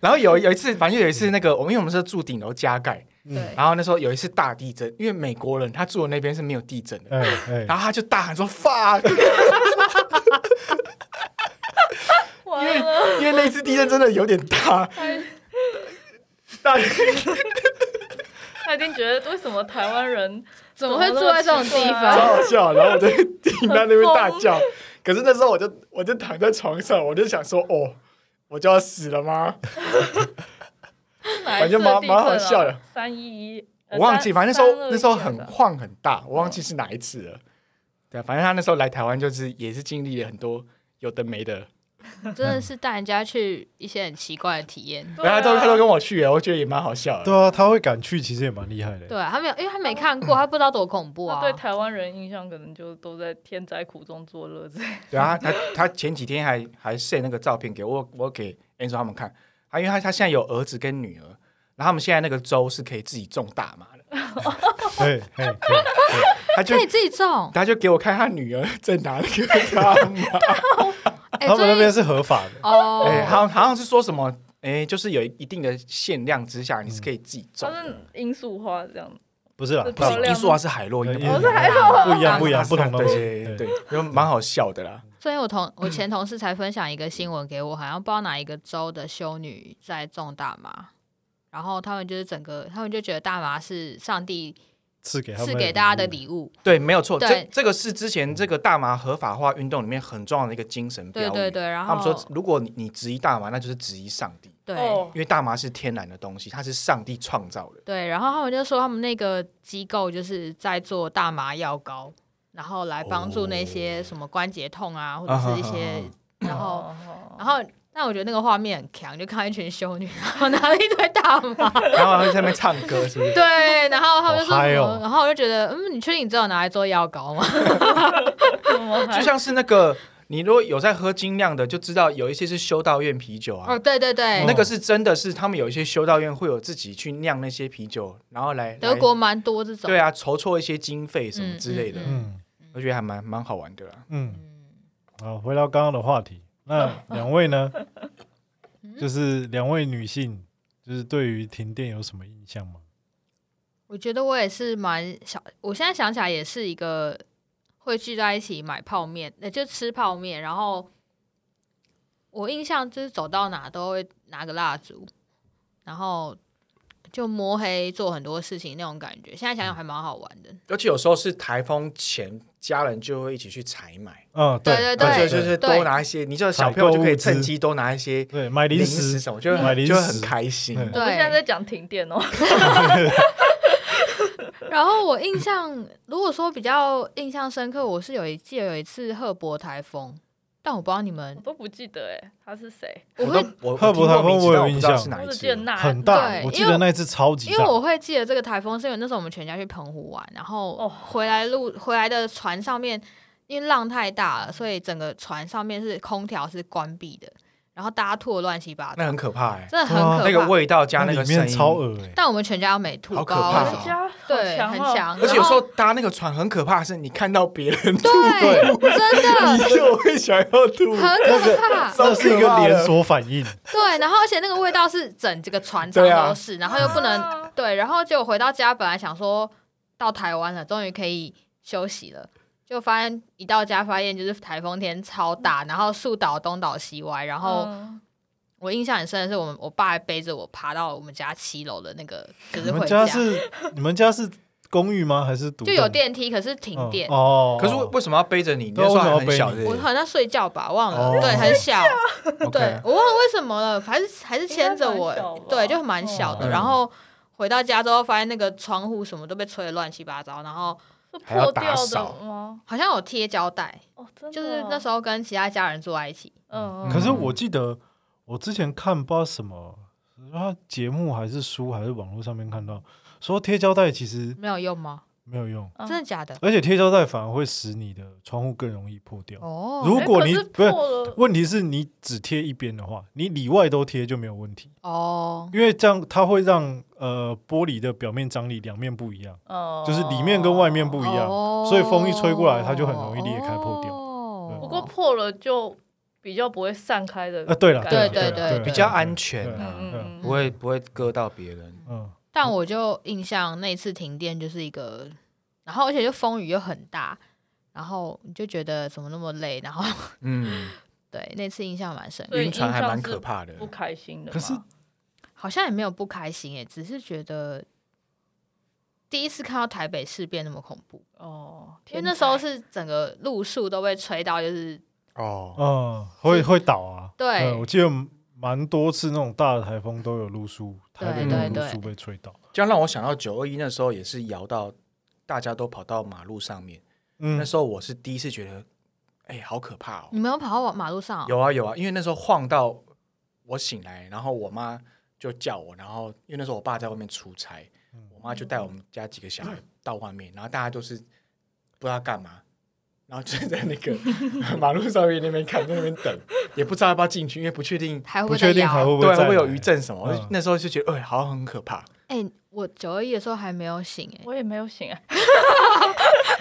[SPEAKER 5] 然后有有一次，反正有一次那个我们因为我们是住顶楼加盖，
[SPEAKER 3] 嗯
[SPEAKER 6] 对，
[SPEAKER 3] 啊
[SPEAKER 5] 然后那时候有一次大地震，因为美国人他住的那边是没有地震的，
[SPEAKER 3] 哎哎，
[SPEAKER 5] 然后他就大喊说 “fuck”，
[SPEAKER 4] 完了，
[SPEAKER 5] 因为那次地震真的有点大，
[SPEAKER 6] 哎
[SPEAKER 4] 他
[SPEAKER 5] 大
[SPEAKER 4] 他一定觉得为什么台湾人
[SPEAKER 6] 怎么会住在这种地
[SPEAKER 4] 啊
[SPEAKER 5] 超
[SPEAKER 6] 方？
[SPEAKER 5] 好笑。然后我就听到那边大叫，可是那时候我就我就躺在床上，我就想说，哦，我就要死了吗？
[SPEAKER 4] 反
[SPEAKER 5] 反正蛮蛮好笑的。
[SPEAKER 4] 啊三一呃一，
[SPEAKER 5] 我忘记，反正那时
[SPEAKER 3] 啊
[SPEAKER 4] 啊
[SPEAKER 5] 候那时候很
[SPEAKER 4] 慌。
[SPEAKER 5] 晃很大，我忘记是哪一次了。对啊，反正他那时候来台湾就是也是经历了很多有的没的，
[SPEAKER 6] 真的是带人家去一些很奇怪的体验。
[SPEAKER 5] 然后他
[SPEAKER 4] 啊
[SPEAKER 5] 都他都跟我去了，我觉得也蛮好笑
[SPEAKER 3] 啊对
[SPEAKER 5] 的。
[SPEAKER 3] 啊，他会敢去，其实也蛮厉害的。
[SPEAKER 6] 对啊他没有，因为他没看过，他不知道多恐怖
[SPEAKER 4] 他
[SPEAKER 6] 啊。
[SPEAKER 4] 对台湾人印象可能就都在天灾苦中作乐之类的。
[SPEAKER 5] 对啊，他他他前几天还还 s 那个照片给我，我给 a n g e 他们看，他因为他他现在有儿子跟女儿，然后他们现在那个州是可以自己种大麻的，
[SPEAKER 3] 对，哎嘿
[SPEAKER 6] 哎
[SPEAKER 3] 嘿
[SPEAKER 5] 他就
[SPEAKER 6] 可以哎自己种。
[SPEAKER 5] 他就给我看他女儿在拿那个大 麻，
[SPEAKER 6] 哎、
[SPEAKER 3] 他们那
[SPEAKER 6] 最
[SPEAKER 3] 边
[SPEAKER 6] 近
[SPEAKER 3] 是合法的。
[SPEAKER 6] 哦，
[SPEAKER 5] 哎、好好像是说什么。哎，就是有一定的限量之下，你是可以自己种
[SPEAKER 4] 它
[SPEAKER 5] 的。
[SPEAKER 4] 是罂粟花这样，
[SPEAKER 3] 不是啦
[SPEAKER 4] 是，
[SPEAKER 3] 大
[SPEAKER 4] 漂
[SPEAKER 3] 麻
[SPEAKER 4] 亮
[SPEAKER 5] 罂粟花是海洛因，
[SPEAKER 3] 对
[SPEAKER 5] 不
[SPEAKER 6] 哦
[SPEAKER 4] 我是还好
[SPEAKER 3] 不一样，不一样，不同东
[SPEAKER 5] 对对
[SPEAKER 3] 西。
[SPEAKER 5] 对，就蛮好笑的啦。
[SPEAKER 6] 最近我同我前同事才分享一个新闻给我，好像不知道哪一个州的修女在种大麻，然后他们就是整个，他们就觉得大麻是上帝
[SPEAKER 3] 赐给他们
[SPEAKER 6] 赐给大家的礼物。
[SPEAKER 5] 对，没有错，这
[SPEAKER 6] 对
[SPEAKER 5] 这个是之前这个大麻合法化运动里面很重要的一个精神
[SPEAKER 6] 对
[SPEAKER 5] 标语。
[SPEAKER 6] 对对，然
[SPEAKER 5] 他
[SPEAKER 6] 后
[SPEAKER 5] 们说，如果你你质疑大麻，那就是质疑上帝，
[SPEAKER 6] 对、
[SPEAKER 4] 哦
[SPEAKER 5] 因为大麻是天然的东西，它是上帝创造的。
[SPEAKER 6] 对，然后他们就说他们那个机构就是在做大麻药膏，然后来帮助那些什么关节痛啊，或者是
[SPEAKER 5] 哦
[SPEAKER 6] 一些，然
[SPEAKER 3] 哦
[SPEAKER 6] 后
[SPEAKER 4] 哦
[SPEAKER 6] 然后。但我觉得那个画面很强，就看到一群修女，然后拿了一堆大麻，
[SPEAKER 5] 然后还会在那边唱歌，是不是？
[SPEAKER 6] 对，然后他们就说
[SPEAKER 3] 好嗨
[SPEAKER 6] 什么，
[SPEAKER 3] 哦
[SPEAKER 6] 然后我就觉得，嗯，你确定你只有拿来做药膏吗？
[SPEAKER 4] 怎么
[SPEAKER 6] 哎
[SPEAKER 4] 还
[SPEAKER 5] 就像是那个，你如果有在喝精酿的，就知道有一些是修道院啤酒啊
[SPEAKER 6] 哦，，对对对，
[SPEAKER 5] 那个是真的是他们有一些修道院会有自己去酿那些啤酒，然后来
[SPEAKER 6] 德国蛮多这
[SPEAKER 5] 来
[SPEAKER 6] 种，
[SPEAKER 5] 对啊，筹措一些经费什么之类的，
[SPEAKER 6] 嗯
[SPEAKER 3] 嗯
[SPEAKER 5] 我觉得还蛮蛮好玩的啦。
[SPEAKER 3] 嗯。
[SPEAKER 6] 嗯，
[SPEAKER 3] 好，回到刚刚的话题， 那两位呢？
[SPEAKER 6] 嗯
[SPEAKER 3] 就是两位女性，就是对于停电有什么印象吗？
[SPEAKER 6] 我觉得我也是蛮小，我现在想起来也是一个会聚在一起买泡面，呃，就吃泡面，然后我印象就是走到哪都会拿个蜡烛，然后就摸黑做很多事情那种感觉，现在想想还蛮好玩的。
[SPEAKER 5] 而且有时候是台风前，家人就会一起去采买，
[SPEAKER 3] 嗯，
[SPEAKER 6] 对
[SPEAKER 5] 而且
[SPEAKER 6] 对
[SPEAKER 5] 就是多拿一些，你就小朋友就可以趁机多拿一些
[SPEAKER 3] 对，买零
[SPEAKER 5] 零
[SPEAKER 3] 食
[SPEAKER 5] 食什么，就
[SPEAKER 3] 买
[SPEAKER 5] 会
[SPEAKER 3] 零
[SPEAKER 5] 很
[SPEAKER 3] 食
[SPEAKER 5] 就会很开心。
[SPEAKER 3] 嗯
[SPEAKER 4] 我们
[SPEAKER 6] 对
[SPEAKER 4] 现在在讲停电哦，
[SPEAKER 6] 然后我印象，如果说比较印象深刻，我是有一记得有一次赫伯台风，但我不知道你
[SPEAKER 4] 我
[SPEAKER 6] 们，
[SPEAKER 4] 都不记得哎，他是谁？
[SPEAKER 5] 我
[SPEAKER 6] 我
[SPEAKER 5] 都
[SPEAKER 6] 会
[SPEAKER 5] 我
[SPEAKER 3] 赫伯
[SPEAKER 5] 听
[SPEAKER 3] 台
[SPEAKER 5] 过
[SPEAKER 3] 风
[SPEAKER 5] 名字，
[SPEAKER 3] 我有
[SPEAKER 5] 但我不知道
[SPEAKER 3] 印
[SPEAKER 5] 是
[SPEAKER 3] 象
[SPEAKER 5] 哪
[SPEAKER 4] 我
[SPEAKER 5] 一哦
[SPEAKER 4] 只记
[SPEAKER 5] 次
[SPEAKER 4] 得
[SPEAKER 5] 了。
[SPEAKER 4] 那
[SPEAKER 3] 很大，
[SPEAKER 6] 对
[SPEAKER 3] 我记
[SPEAKER 6] 因为
[SPEAKER 3] 得那一次超级
[SPEAKER 6] 因为
[SPEAKER 3] 大，
[SPEAKER 6] 我会记得这个台风是因为那时候我们全家去澎湖玩，然后
[SPEAKER 4] 哦
[SPEAKER 6] 回来路回来的船上面，因为浪太大了，所以整个船上面是空调是关闭的，然后大家吐的乱七八糟，
[SPEAKER 5] 那很可怕哎，
[SPEAKER 6] 真的很可怕。
[SPEAKER 5] 那个味道加
[SPEAKER 3] 那
[SPEAKER 5] 那
[SPEAKER 3] 里
[SPEAKER 5] 个声
[SPEAKER 3] 面
[SPEAKER 5] 音，
[SPEAKER 3] 超恶 哎，
[SPEAKER 6] 但我们全家都没吐，
[SPEAKER 5] 好
[SPEAKER 6] 不
[SPEAKER 5] 可
[SPEAKER 6] 知道
[SPEAKER 5] 怕
[SPEAKER 6] 为
[SPEAKER 5] 哦
[SPEAKER 6] 什
[SPEAKER 4] 我
[SPEAKER 6] 么
[SPEAKER 4] 家
[SPEAKER 6] 对，很
[SPEAKER 4] 强哦，
[SPEAKER 6] 强，
[SPEAKER 5] 而且有
[SPEAKER 6] 然
[SPEAKER 5] 时
[SPEAKER 6] 后
[SPEAKER 5] 候搭那个船很可怕，的是你看到别人吐，
[SPEAKER 6] 对，真的
[SPEAKER 5] 你 就会想要吐。
[SPEAKER 6] 很可怕。
[SPEAKER 3] 那是一个连锁反应，
[SPEAKER 6] 对，然后而且那个味道是整这个船长
[SPEAKER 5] 对啊
[SPEAKER 6] 都是，然后又不能、
[SPEAKER 4] 啊
[SPEAKER 6] 对，然后结果回到家，本来想说到台湾了，终于可以休息了，就发现一到家发现就是台风天超大，然后树倒东倒西歪，然后
[SPEAKER 4] 嗯
[SPEAKER 6] 我印象很深的是，我们我爸还背着我爬到我们家七楼的那个，就是
[SPEAKER 3] 你们
[SPEAKER 6] 回
[SPEAKER 3] 家是你们家是公寓吗？还是独
[SPEAKER 6] 就有
[SPEAKER 3] 栋
[SPEAKER 6] 电梯，可是停
[SPEAKER 3] 嗯
[SPEAKER 6] 电。
[SPEAKER 3] 哦，
[SPEAKER 5] 可是为为什么要背着你？你
[SPEAKER 3] 对啊
[SPEAKER 5] 那时候
[SPEAKER 3] 为
[SPEAKER 5] 还
[SPEAKER 3] 什么要
[SPEAKER 5] 很小，
[SPEAKER 3] 背
[SPEAKER 5] 是
[SPEAKER 3] 你
[SPEAKER 5] 不
[SPEAKER 6] 我
[SPEAKER 5] 是
[SPEAKER 6] 好像睡觉吧，忘了，
[SPEAKER 5] 哦
[SPEAKER 6] 对，很小，对
[SPEAKER 5] OK
[SPEAKER 6] 我忘了为什么了，还是还是
[SPEAKER 4] 应该
[SPEAKER 6] 牵着
[SPEAKER 4] 蛮
[SPEAKER 6] 我
[SPEAKER 4] 小吧，
[SPEAKER 6] 对，就蛮小的。
[SPEAKER 5] 嗯
[SPEAKER 6] 然后回到家之后，发现那个窗户什么都被吹得乱七八糟，然后
[SPEAKER 4] 是
[SPEAKER 5] 还要
[SPEAKER 4] 破
[SPEAKER 5] 打
[SPEAKER 4] 掉
[SPEAKER 5] 扫
[SPEAKER 4] 的吗？
[SPEAKER 6] 好像有贴胶带，
[SPEAKER 4] 哦，真的，
[SPEAKER 6] 就是那时
[SPEAKER 4] 候，
[SPEAKER 6] 候跟其他家人住在一起，
[SPEAKER 4] 嗯，嗯
[SPEAKER 3] 可是我记得我之前看不知道什么，他节目还是书还是网络上面看到，说贴胶带其实
[SPEAKER 6] 没有用吗？
[SPEAKER 3] 没有用，
[SPEAKER 4] 嗯
[SPEAKER 6] 真的假的？
[SPEAKER 3] 而且贴胶带反而会使你的窗户更容易破掉。
[SPEAKER 6] 哦
[SPEAKER 3] 如
[SPEAKER 4] 哎
[SPEAKER 3] 果
[SPEAKER 4] 可
[SPEAKER 3] 你
[SPEAKER 4] 是
[SPEAKER 3] 不是
[SPEAKER 4] 破了
[SPEAKER 3] 问题是你只贴一边的话，你里外都贴就没有问题，
[SPEAKER 6] 哦，
[SPEAKER 3] 因为这样它会让呃玻璃的表面张力两面不一样，
[SPEAKER 4] 哦，
[SPEAKER 3] 就是里面跟外面不一样，
[SPEAKER 6] 哦
[SPEAKER 3] 所以风一吹过来它就很容易裂开破掉
[SPEAKER 6] 哦
[SPEAKER 4] 不过破了就比较不会散开的
[SPEAKER 3] 啊对了，
[SPEAKER 4] 感
[SPEAKER 3] 了
[SPEAKER 4] 觉
[SPEAKER 3] 了
[SPEAKER 6] 对
[SPEAKER 3] 了
[SPEAKER 6] 对
[SPEAKER 5] 比较安全
[SPEAKER 3] 对
[SPEAKER 5] 啊，
[SPEAKER 4] 嗯嗯嗯，
[SPEAKER 5] 不会不会割到别人。
[SPEAKER 3] 嗯，
[SPEAKER 6] 但我就印象那次停电就是一个，然后而且就风雨又很大，然后你就觉得怎么那么累，然后
[SPEAKER 5] 嗯，
[SPEAKER 6] 对那次印象蛮深刻，
[SPEAKER 4] 对
[SPEAKER 5] 晕船还蛮可怕的。
[SPEAKER 4] 不开心的嘛。
[SPEAKER 3] 可是
[SPEAKER 6] 好像也没有不开心诶，只是觉得第一次看到台北市变那么恐怖，
[SPEAKER 4] 哦，
[SPEAKER 6] 因为
[SPEAKER 4] 天
[SPEAKER 6] 那时候
[SPEAKER 4] 才
[SPEAKER 6] 是整个路树都被吹到，就是
[SPEAKER 5] 哦，
[SPEAKER 3] 嗯，会会倒啊。
[SPEAKER 6] 对
[SPEAKER 3] 我记得蛮多次那种大的台风都有路树，台北
[SPEAKER 6] 对
[SPEAKER 3] 的
[SPEAKER 6] 对
[SPEAKER 3] 路
[SPEAKER 6] 对
[SPEAKER 3] 树被吹倒。
[SPEAKER 5] 这样让我想到九二一那时候也是摇到大家都跑到马路上面，那
[SPEAKER 3] 嗯，
[SPEAKER 5] 时候我是第一次觉得，哎，好可怕哦
[SPEAKER 6] 你。没有跑到马路上哦、
[SPEAKER 5] 有啊有啊，因为那时候晃到我醒来，然后我妈就叫我，然后因为那时候我爸在外面出差，我妈就带我们家几个小孩到外面，然后大家都是不知道干嘛， 然后就在那 个马路上面那边看，在那边等，也不知道要不要进去，因为不确定
[SPEAKER 6] 还会
[SPEAKER 3] 不
[SPEAKER 6] 会再
[SPEAKER 3] 确定还
[SPEAKER 6] 摇啊
[SPEAKER 3] 会不
[SPEAKER 5] 对
[SPEAKER 3] 会
[SPEAKER 5] 会不会有
[SPEAKER 3] 再来
[SPEAKER 5] 余震什么。
[SPEAKER 3] 嗯
[SPEAKER 5] 那时候就觉得，哎、好像很可怕。
[SPEAKER 6] 哎、我九二一的时候还没有醒哎、
[SPEAKER 4] 我也没有醒 来，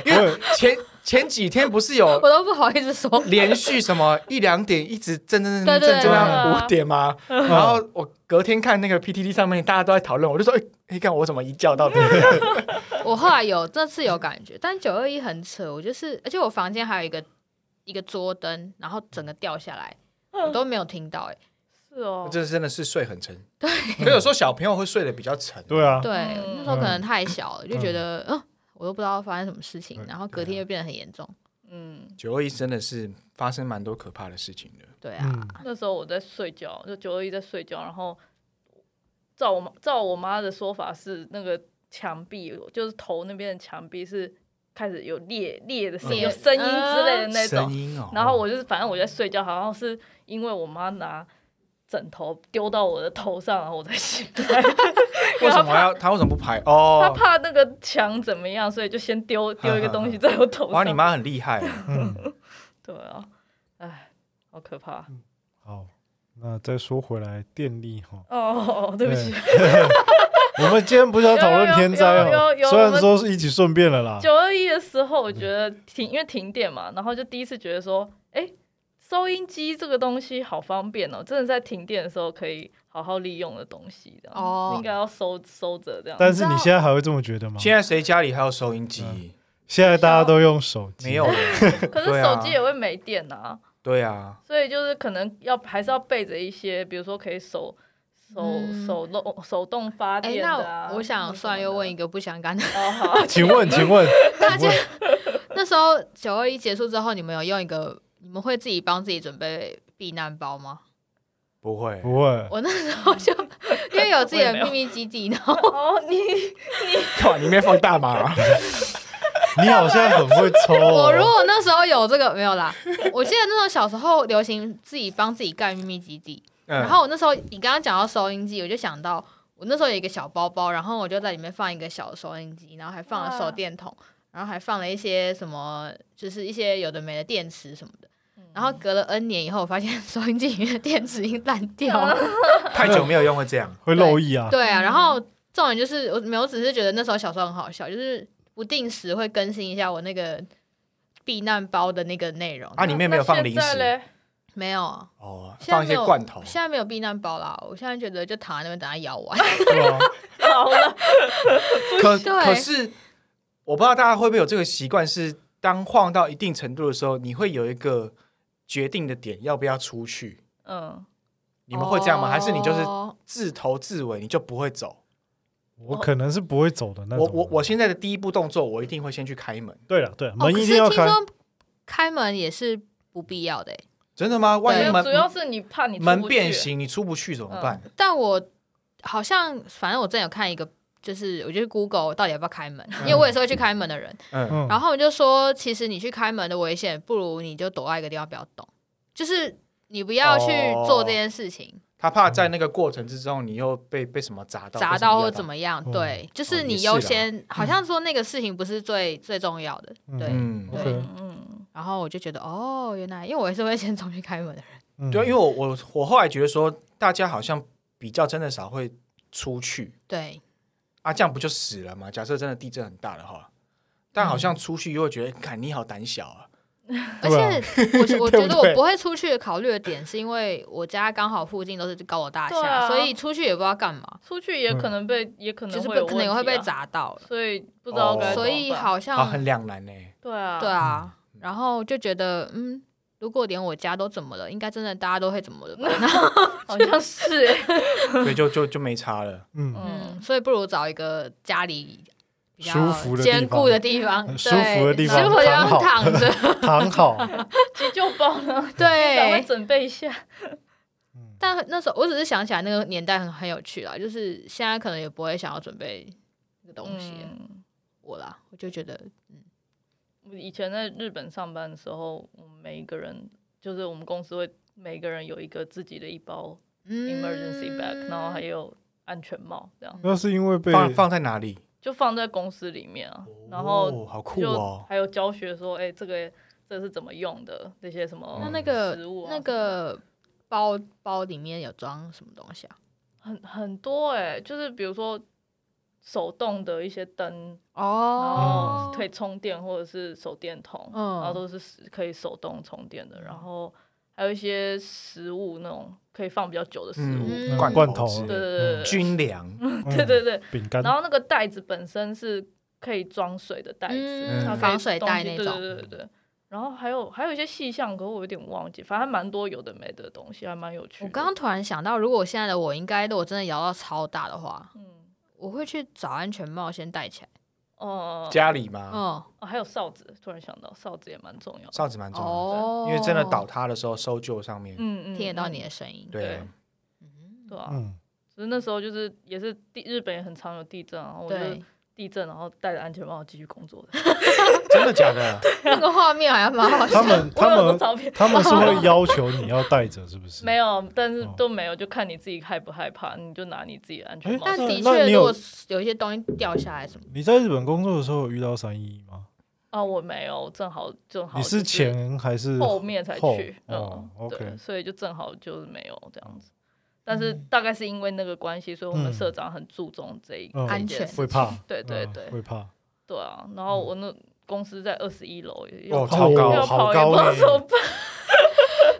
[SPEAKER 3] 因为
[SPEAKER 5] 前前几天不是有
[SPEAKER 6] 我都不好意思说。
[SPEAKER 5] 连续什么一两点一直震震
[SPEAKER 6] 对
[SPEAKER 5] 震
[SPEAKER 6] 对
[SPEAKER 5] 震
[SPEAKER 6] 对
[SPEAKER 5] 震到
[SPEAKER 4] 对
[SPEAKER 5] 五点吗？然后我隔天看那个 PTT 上面大家都在讨论，我就说，哎、哎，看我怎么一觉到天亮？
[SPEAKER 6] 我后来有这次有感觉，但九二一很扯，我就是，而且我房间还有一个一个桌灯，然后整个掉下来，我都没有听到哎、
[SPEAKER 4] 是哦，
[SPEAKER 5] 这真的是睡很沉，对，有时候小朋友会睡得比较沉，
[SPEAKER 3] 对啊，
[SPEAKER 6] 对，
[SPEAKER 4] 嗯
[SPEAKER 6] 那时候可能太小了，就觉得嗯、我都不知道发生什么事
[SPEAKER 3] 嗯
[SPEAKER 6] 情，然后隔
[SPEAKER 3] 啊
[SPEAKER 6] 天就变得很严重。
[SPEAKER 4] 嗯，
[SPEAKER 5] 九二一真的是发生蛮多可怕的事情的。
[SPEAKER 6] 对啊，
[SPEAKER 3] 嗯，
[SPEAKER 4] 那时候我在睡觉，就九二一在睡觉，然后照我妈照我妈的说法是，那个墙壁就是头那边的墙壁是开始有裂裂的声音，
[SPEAKER 6] 裂嗯
[SPEAKER 4] 有声音之类的那种。
[SPEAKER 5] 音哦
[SPEAKER 4] 然后我就是反正我在睡觉，好像是因为我妈拿枕头丢到我的头上，然后我才醒来。
[SPEAKER 5] 哦为什么要他为什么不拍？
[SPEAKER 4] 她
[SPEAKER 5] 哦，
[SPEAKER 4] 怕那个墙怎么样，所以就先 丢丢一个东西在我头上。
[SPEAKER 5] 哇，你妈很厉害啊，
[SPEAKER 3] 嗯，
[SPEAKER 4] 对啊，哎，好可怕
[SPEAKER 5] 嗯
[SPEAKER 3] 好。那再说回来，电力哈，
[SPEAKER 4] 哦！对不起，
[SPEAKER 3] 我们今天不是要讨论天灾
[SPEAKER 4] 有有有
[SPEAKER 3] 哦
[SPEAKER 4] 有有，
[SPEAKER 3] 虽然说是一起顺便了啦，
[SPEAKER 4] 九二一的时候，
[SPEAKER 5] 嗯
[SPEAKER 4] 我觉得停，因为停电嘛，然后就第一次觉得说，哎、收音机这个东西好方便哦，真的在停电的时候可以好好利用的东西，这样
[SPEAKER 6] 哦
[SPEAKER 4] 应该要收收着这样。
[SPEAKER 3] 但是你现在还会这么觉得吗？
[SPEAKER 5] 现在谁家里还有收音机？
[SPEAKER 3] 现在大家都用手机，
[SPEAKER 5] 没有了，对
[SPEAKER 4] 可是
[SPEAKER 5] 啊
[SPEAKER 4] 手机也会没电啊，
[SPEAKER 5] 对啊，
[SPEAKER 4] 所以就是可能要还是要备着一些，比如说可以手手、
[SPEAKER 6] 嗯
[SPEAKER 4] 手动手动发
[SPEAKER 6] 哎、
[SPEAKER 4] 电的、啊
[SPEAKER 6] 那我我想算又问一
[SPEAKER 4] 个
[SPEAKER 6] 个不相干的，
[SPEAKER 4] 哦，好，
[SPEAKER 3] 请问，请问，
[SPEAKER 6] 大
[SPEAKER 3] 请
[SPEAKER 6] 家
[SPEAKER 3] 问，
[SPEAKER 6] 那时候九二一结束之后，你们有用一个，你们会自己帮自己准备避难包吗？
[SPEAKER 5] 不会，
[SPEAKER 3] 不会，
[SPEAKER 6] 我那时候就因为有自己
[SPEAKER 4] 嗯我也没
[SPEAKER 6] 的
[SPEAKER 4] 有
[SPEAKER 6] 秘密基地，然后
[SPEAKER 4] 哦，你
[SPEAKER 5] 哇，里面放大麻，啊
[SPEAKER 3] 你好像很会抽哦。
[SPEAKER 6] 我如果那时候有这个没有啦，我记得那时候小时候流行自己帮自己盖秘密基地，
[SPEAKER 5] 然
[SPEAKER 6] 然后我那时候你刚刚讲到收音机，我就想到我那时候有一个小包包，然后我就在里面放一个小收音机，然后还放了手电筒，
[SPEAKER 5] 嗯
[SPEAKER 6] 然后还放了一些什么，就是一些有的没的电池什么的。
[SPEAKER 5] 嗯
[SPEAKER 6] 然后隔了 N 年以后，我发现收音机里面的电池已经烂掉 了。
[SPEAKER 5] 太久没有用会这样，
[SPEAKER 3] 会漏液啊，
[SPEAKER 6] 对啊，然后重点就是我没有，我只是觉得那时候小时候很好笑，就是不定时会更新一下我那个避难包的那个内容。
[SPEAKER 5] 啊，里面没有放零
[SPEAKER 4] 那现在
[SPEAKER 5] 食
[SPEAKER 4] 嘞
[SPEAKER 6] 没有啊，
[SPEAKER 5] 哦，
[SPEAKER 6] 现在
[SPEAKER 5] 放一
[SPEAKER 6] 没
[SPEAKER 5] 些
[SPEAKER 6] 有
[SPEAKER 5] 罐头，
[SPEAKER 6] 现在没有避难包啦，我现在觉得就躺在那边等它啊咬完。
[SPEAKER 3] 对吧？
[SPEAKER 4] 好了，
[SPEAKER 5] 可
[SPEAKER 6] 对
[SPEAKER 5] 可是我不知道大家会不会有这个习惯，是当晃到一定程度的时候，你会有一个决定的点，要不要出去？
[SPEAKER 4] 嗯，
[SPEAKER 5] 你们会这样吗？还是你就是
[SPEAKER 6] 哦
[SPEAKER 5] 自头至尾，你就不会走？
[SPEAKER 3] 我可能是不会走的那
[SPEAKER 5] 我
[SPEAKER 3] 种。
[SPEAKER 5] 我我现在的第一步动作，我一定会先去开门。
[SPEAKER 3] 对了，对了，
[SPEAKER 6] 哦
[SPEAKER 3] 门
[SPEAKER 6] 可
[SPEAKER 3] 一
[SPEAKER 6] 是
[SPEAKER 3] 定要
[SPEAKER 6] 听
[SPEAKER 3] 开。
[SPEAKER 6] 说开门也是不必要的欸、
[SPEAKER 5] 真的吗？万
[SPEAKER 6] 对啊
[SPEAKER 5] 一
[SPEAKER 4] 没有
[SPEAKER 5] 门
[SPEAKER 4] 哦主要是你怕你出
[SPEAKER 5] 门
[SPEAKER 4] 不
[SPEAKER 6] 嗯
[SPEAKER 4] 去
[SPEAKER 5] 变形，你出不去怎么办？
[SPEAKER 6] 但我好像反正我真的有看一个就是我就是 Google 到底要不要开门，因为我也是会去开门的人。
[SPEAKER 5] 嗯，
[SPEAKER 3] 嗯
[SPEAKER 6] 然后我就说，其实你去开门的危险，不如你就躲在一个地方不要动，就是你不要去
[SPEAKER 5] 哦
[SPEAKER 6] 做这件事情，
[SPEAKER 5] 他怕在那个过程之中，你又被被什么砸到，
[SPEAKER 6] 砸到或怎么样。
[SPEAKER 3] 嗯
[SPEAKER 6] 对，就
[SPEAKER 5] 哦
[SPEAKER 6] 是
[SPEAKER 5] 也
[SPEAKER 6] 你
[SPEAKER 5] 是
[SPEAKER 6] 优
[SPEAKER 5] 啦
[SPEAKER 6] 先，好像说那个事情不是最最重要的。
[SPEAKER 3] 嗯
[SPEAKER 6] 对，
[SPEAKER 5] 嗯
[SPEAKER 6] 对
[SPEAKER 3] ，OK，
[SPEAKER 4] 嗯，
[SPEAKER 6] 然后我就觉得哦，原来因为我也是会先冲去开门的人，
[SPEAKER 3] 嗯
[SPEAKER 5] 对啊，因为我我我后来觉得说，大家好像比较真的少会出去
[SPEAKER 6] 对，
[SPEAKER 5] 啊，这样不就死了吗？假设真的地震很大的话，但好
[SPEAKER 4] 嗯
[SPEAKER 5] 像出去又会觉得，看你好胆小啊，
[SPEAKER 6] 而
[SPEAKER 3] 对啊
[SPEAKER 6] 且我觉我
[SPEAKER 3] 对
[SPEAKER 6] 觉
[SPEAKER 3] 不
[SPEAKER 6] 得我
[SPEAKER 3] 对
[SPEAKER 6] 不会出去的考虑的点，是因为我家刚好附近都是高楼大
[SPEAKER 4] 对
[SPEAKER 6] 厦，
[SPEAKER 4] 啊
[SPEAKER 6] 所以出去也不知道干嘛，
[SPEAKER 4] 出去也可能被，也可能
[SPEAKER 6] 嗯就是
[SPEAKER 4] 会
[SPEAKER 6] 被
[SPEAKER 4] 有
[SPEAKER 6] 可能也会
[SPEAKER 4] 问题啊
[SPEAKER 6] 被，砸到了，
[SPEAKER 4] 所以不
[SPEAKER 5] 哦
[SPEAKER 4] 知道该怎么办
[SPEAKER 6] 所以好像、
[SPEAKER 5] 啊，很两 难呢。
[SPEAKER 4] 对啊，
[SPEAKER 6] 对啊
[SPEAKER 5] 嗯，
[SPEAKER 6] 然后就觉得嗯。如果连我家都怎么了，应该真的大家都会怎么了吧？
[SPEAKER 4] 好像是欸，
[SPEAKER 5] 所以就就就没差了。
[SPEAKER 3] 嗯，
[SPEAKER 4] 嗯
[SPEAKER 6] 嗯，，所以不如找一个家里比较
[SPEAKER 3] 舒服的地
[SPEAKER 6] 坚固的地方，
[SPEAKER 3] 很
[SPEAKER 6] 对
[SPEAKER 3] 舒服的地方
[SPEAKER 6] 舒服的地
[SPEAKER 3] 躺好
[SPEAKER 6] 方躺 着，
[SPEAKER 3] 躺 好，
[SPEAKER 4] 急救包呢，赶快
[SPEAKER 6] 对，
[SPEAKER 4] 准备一下。
[SPEAKER 3] 嗯
[SPEAKER 6] 但那时候我只是想起来那个年代很很有趣啦，就是现在可能也不会想要准备这个东西。
[SPEAKER 4] 嗯，
[SPEAKER 6] 我啦，我就觉得嗯
[SPEAKER 4] 我以前在日本上班的时候，我们每一个人就是我们公司会每个人有一个自己的一包
[SPEAKER 6] 嗯
[SPEAKER 4] emergency bag，然后还有安全帽，这样
[SPEAKER 3] 那是因为被
[SPEAKER 5] 放放在哪里？
[SPEAKER 4] 就放在公司里面啊。然
[SPEAKER 5] 哦
[SPEAKER 4] 后
[SPEAKER 5] 好酷
[SPEAKER 4] 就
[SPEAKER 5] 哦！
[SPEAKER 4] 还有教学说，哎，这个这是怎么用的，这些什么
[SPEAKER 6] 那
[SPEAKER 5] 嗯
[SPEAKER 6] 那个、
[SPEAKER 4] 食物啊
[SPEAKER 6] 那个包包里面有装什么东西啊？
[SPEAKER 4] 很很多哎，就是比如说手动的一些灯，然后
[SPEAKER 6] 哦，
[SPEAKER 4] 可以充电或者是手电筒，
[SPEAKER 6] 嗯
[SPEAKER 4] 然后都是可以手动充电的，然后还有一些食物那种可以放比较久的食物，
[SPEAKER 6] 嗯
[SPEAKER 5] 罐
[SPEAKER 3] 罐头
[SPEAKER 5] 头之类
[SPEAKER 4] 对
[SPEAKER 5] 的，
[SPEAKER 4] 对对对
[SPEAKER 5] 军 粮，
[SPEAKER 3] 嗯
[SPEAKER 4] 对对对，
[SPEAKER 3] 饼干
[SPEAKER 4] 然，后那个袋子本身是可以装水的袋子，
[SPEAKER 5] 嗯
[SPEAKER 4] 它可以
[SPEAKER 6] 防水袋
[SPEAKER 4] 东西
[SPEAKER 6] 那种
[SPEAKER 4] 对对对对对。然后还有还有一些细项，可是我有点忘记，反正还蛮多有的没的东西，还蛮有趣的。
[SPEAKER 6] 我刚刚突然想到，如果我现在的我应该，如果真的摇到超大的话，
[SPEAKER 4] 嗯
[SPEAKER 6] 我会去找安全帽先戴起来。
[SPEAKER 4] 哦、
[SPEAKER 5] 家里嘛，
[SPEAKER 6] 嗯，
[SPEAKER 4] 哦还有哨子，突然想到哨子也蛮重要的。
[SPEAKER 5] 哨子蛮重要
[SPEAKER 6] 哦
[SPEAKER 5] 的，，因为真的倒塌的时候搜救上面，
[SPEAKER 4] 嗯嗯，
[SPEAKER 6] 听得到你
[SPEAKER 4] 嗯
[SPEAKER 6] 的声音。
[SPEAKER 5] 对啊
[SPEAKER 4] 对，
[SPEAKER 6] 嗯
[SPEAKER 4] 对啊，
[SPEAKER 3] 嗯，
[SPEAKER 4] 所以那时候就是也是地日本也很常有地震啊，然后我就
[SPEAKER 6] 对，
[SPEAKER 4] 地震，然后戴着安全帽继续 工作的。
[SPEAKER 5] 真的假 的？
[SPEAKER 6] 那个画面好像蛮好
[SPEAKER 3] 他
[SPEAKER 6] 笑。
[SPEAKER 3] 们
[SPEAKER 4] 我有
[SPEAKER 3] 他
[SPEAKER 4] 很多
[SPEAKER 3] 们
[SPEAKER 4] 照片，
[SPEAKER 3] 他们是 会要求你要带着，是不是？
[SPEAKER 4] 没有，但是
[SPEAKER 3] 哦
[SPEAKER 4] 都没有，就看你自己害不害怕，你就拿你自己的安全
[SPEAKER 3] 诶
[SPEAKER 4] 帽
[SPEAKER 6] 但
[SPEAKER 4] 去。
[SPEAKER 3] 那
[SPEAKER 6] 的
[SPEAKER 3] 那
[SPEAKER 6] 确，
[SPEAKER 3] 你
[SPEAKER 6] 如
[SPEAKER 3] 有
[SPEAKER 6] 果有一些东西掉下来什么，
[SPEAKER 3] 你在日本工作的时候有遇到三一一吗？
[SPEAKER 4] 啊，我没有，正好正好
[SPEAKER 3] 你
[SPEAKER 4] 就是
[SPEAKER 3] 前还是
[SPEAKER 4] 后面才
[SPEAKER 3] 后
[SPEAKER 4] 去，
[SPEAKER 3] 哦
[SPEAKER 4] 嗯，
[SPEAKER 3] ，OK，
[SPEAKER 4] 对，所以就正好就是没有这样子。但是大概是因为那个关系，所以我们
[SPEAKER 3] 嗯
[SPEAKER 4] 社长很注重这一
[SPEAKER 3] 嗯
[SPEAKER 4] 这一件
[SPEAKER 6] 安全
[SPEAKER 4] 事
[SPEAKER 3] 会怕，
[SPEAKER 4] 对对
[SPEAKER 3] 嗯
[SPEAKER 4] 对
[SPEAKER 3] 会怕，
[SPEAKER 4] 对啊。然后我那公司在二十一楼，
[SPEAKER 5] 哦
[SPEAKER 4] 要跑
[SPEAKER 5] 超高
[SPEAKER 4] 要
[SPEAKER 3] 好
[SPEAKER 4] 跑
[SPEAKER 3] 嗯
[SPEAKER 4] 也
[SPEAKER 3] 高欸
[SPEAKER 4] 不知道
[SPEAKER 3] 嘞
[SPEAKER 4] 怎么办，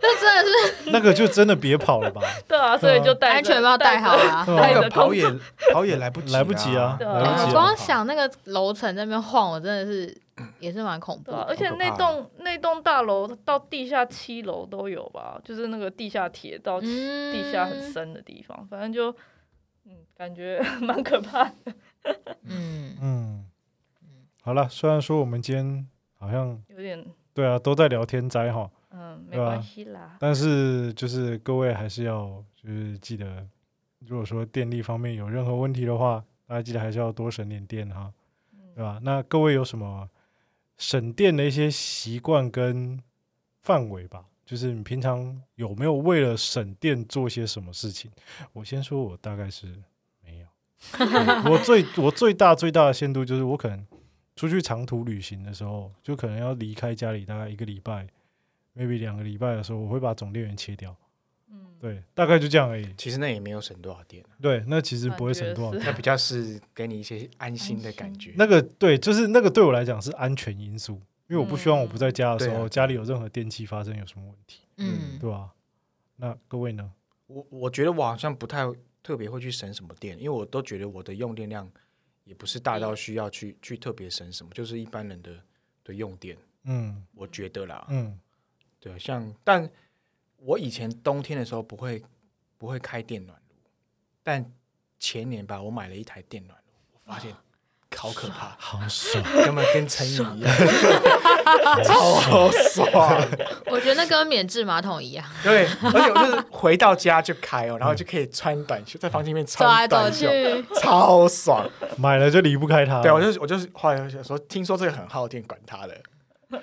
[SPEAKER 6] 那真的是
[SPEAKER 3] 那个就真的别跑了吧，
[SPEAKER 4] 对啊，所以
[SPEAKER 3] 嗯
[SPEAKER 4] 就戴
[SPEAKER 6] 安
[SPEAKER 4] 着
[SPEAKER 6] 全帽
[SPEAKER 4] 戴
[SPEAKER 6] 戴
[SPEAKER 4] 着
[SPEAKER 6] 好 啊。
[SPEAKER 3] 对
[SPEAKER 5] 那
[SPEAKER 3] 啊
[SPEAKER 5] 个跑也跑也 来不及，
[SPEAKER 3] 来不及啊
[SPEAKER 4] 对啊
[SPEAKER 3] 来不
[SPEAKER 6] 哎
[SPEAKER 3] 及啊
[SPEAKER 6] 我光想那个楼层在那边晃，我真的是
[SPEAKER 3] 嗯
[SPEAKER 6] 也是蛮恐怖
[SPEAKER 4] 对啊，
[SPEAKER 6] 的
[SPEAKER 4] 而。且
[SPEAKER 5] 好可
[SPEAKER 4] 那
[SPEAKER 5] 怕
[SPEAKER 4] 栋那栋大楼到地下七楼都有吧，就是那个地下铁到七
[SPEAKER 6] 嗯
[SPEAKER 4] 地下很。深的地方，反正就嗯，感觉 蛮可怕的。
[SPEAKER 6] 嗯，
[SPEAKER 3] 嗯，好了，虽然说我们今天好像
[SPEAKER 4] 有点
[SPEAKER 3] 对啊都在聊天灾哈，
[SPEAKER 4] 嗯，没
[SPEAKER 3] 对啊
[SPEAKER 4] 关系啦。
[SPEAKER 3] 但是就是各位还是要就是记得，如果说电力方面有任何问题的话，大家记得还是要多省点电哈，对吧？那各位有什么省电的一些习惯跟范围吧？就是你平常有没有为了省电做些什么事情？我先说，我大概是没有。对我最我最大最大的限度就是我可能出去长途旅行的时候，就可能要离开家里大概一个礼拜，maybe 两个礼拜的时候，我会把总电源切掉。
[SPEAKER 4] 嗯，
[SPEAKER 3] 对，大概就这样而已。
[SPEAKER 5] 其实那也没有省多少电，啊
[SPEAKER 3] 对，那其实
[SPEAKER 4] 感
[SPEAKER 3] 不会
[SPEAKER 4] 觉
[SPEAKER 3] 省多少
[SPEAKER 4] 是
[SPEAKER 3] 电。
[SPEAKER 5] 那比较是给你一些安心的感觉。
[SPEAKER 3] 那个对，就是那个对我来讲是安全因素，因为我不希望我不在家的时
[SPEAKER 5] 嗯对
[SPEAKER 3] 候，
[SPEAKER 5] 啊
[SPEAKER 3] 家里有任何电器发生有什么问题，
[SPEAKER 5] 嗯
[SPEAKER 6] 嗯，
[SPEAKER 3] 对吧、那各位呢？
[SPEAKER 5] 我我觉得我好像不太特别会去省什么电，因为我都觉得我的用电量也不是大
[SPEAKER 3] 嗯
[SPEAKER 5] 到需要去去特别省什么，就是一般人的的用电，
[SPEAKER 3] 嗯
[SPEAKER 5] 我觉得啦，
[SPEAKER 3] 嗯
[SPEAKER 5] 对啊，像但我以前冬天的时候不会不会开电暖炉，但前年吧，我买了一台电暖炉，我发现好可怕，
[SPEAKER 3] 啊好爽，
[SPEAKER 5] 根本跟成瘾 一样，超好爽。
[SPEAKER 6] 我觉得那跟免治马桶一样，
[SPEAKER 5] 对，而且我就是回到家就开哦，然后就可以穿短袖，在 房间里面
[SPEAKER 6] 走来
[SPEAKER 5] 穿
[SPEAKER 6] 走
[SPEAKER 5] 短袖，
[SPEAKER 6] 去。
[SPEAKER 5] 超爽。
[SPEAKER 3] 买了就离不开它。
[SPEAKER 5] 对，啊我就是我就是后来我就想说，听说这个很耗电，管它的。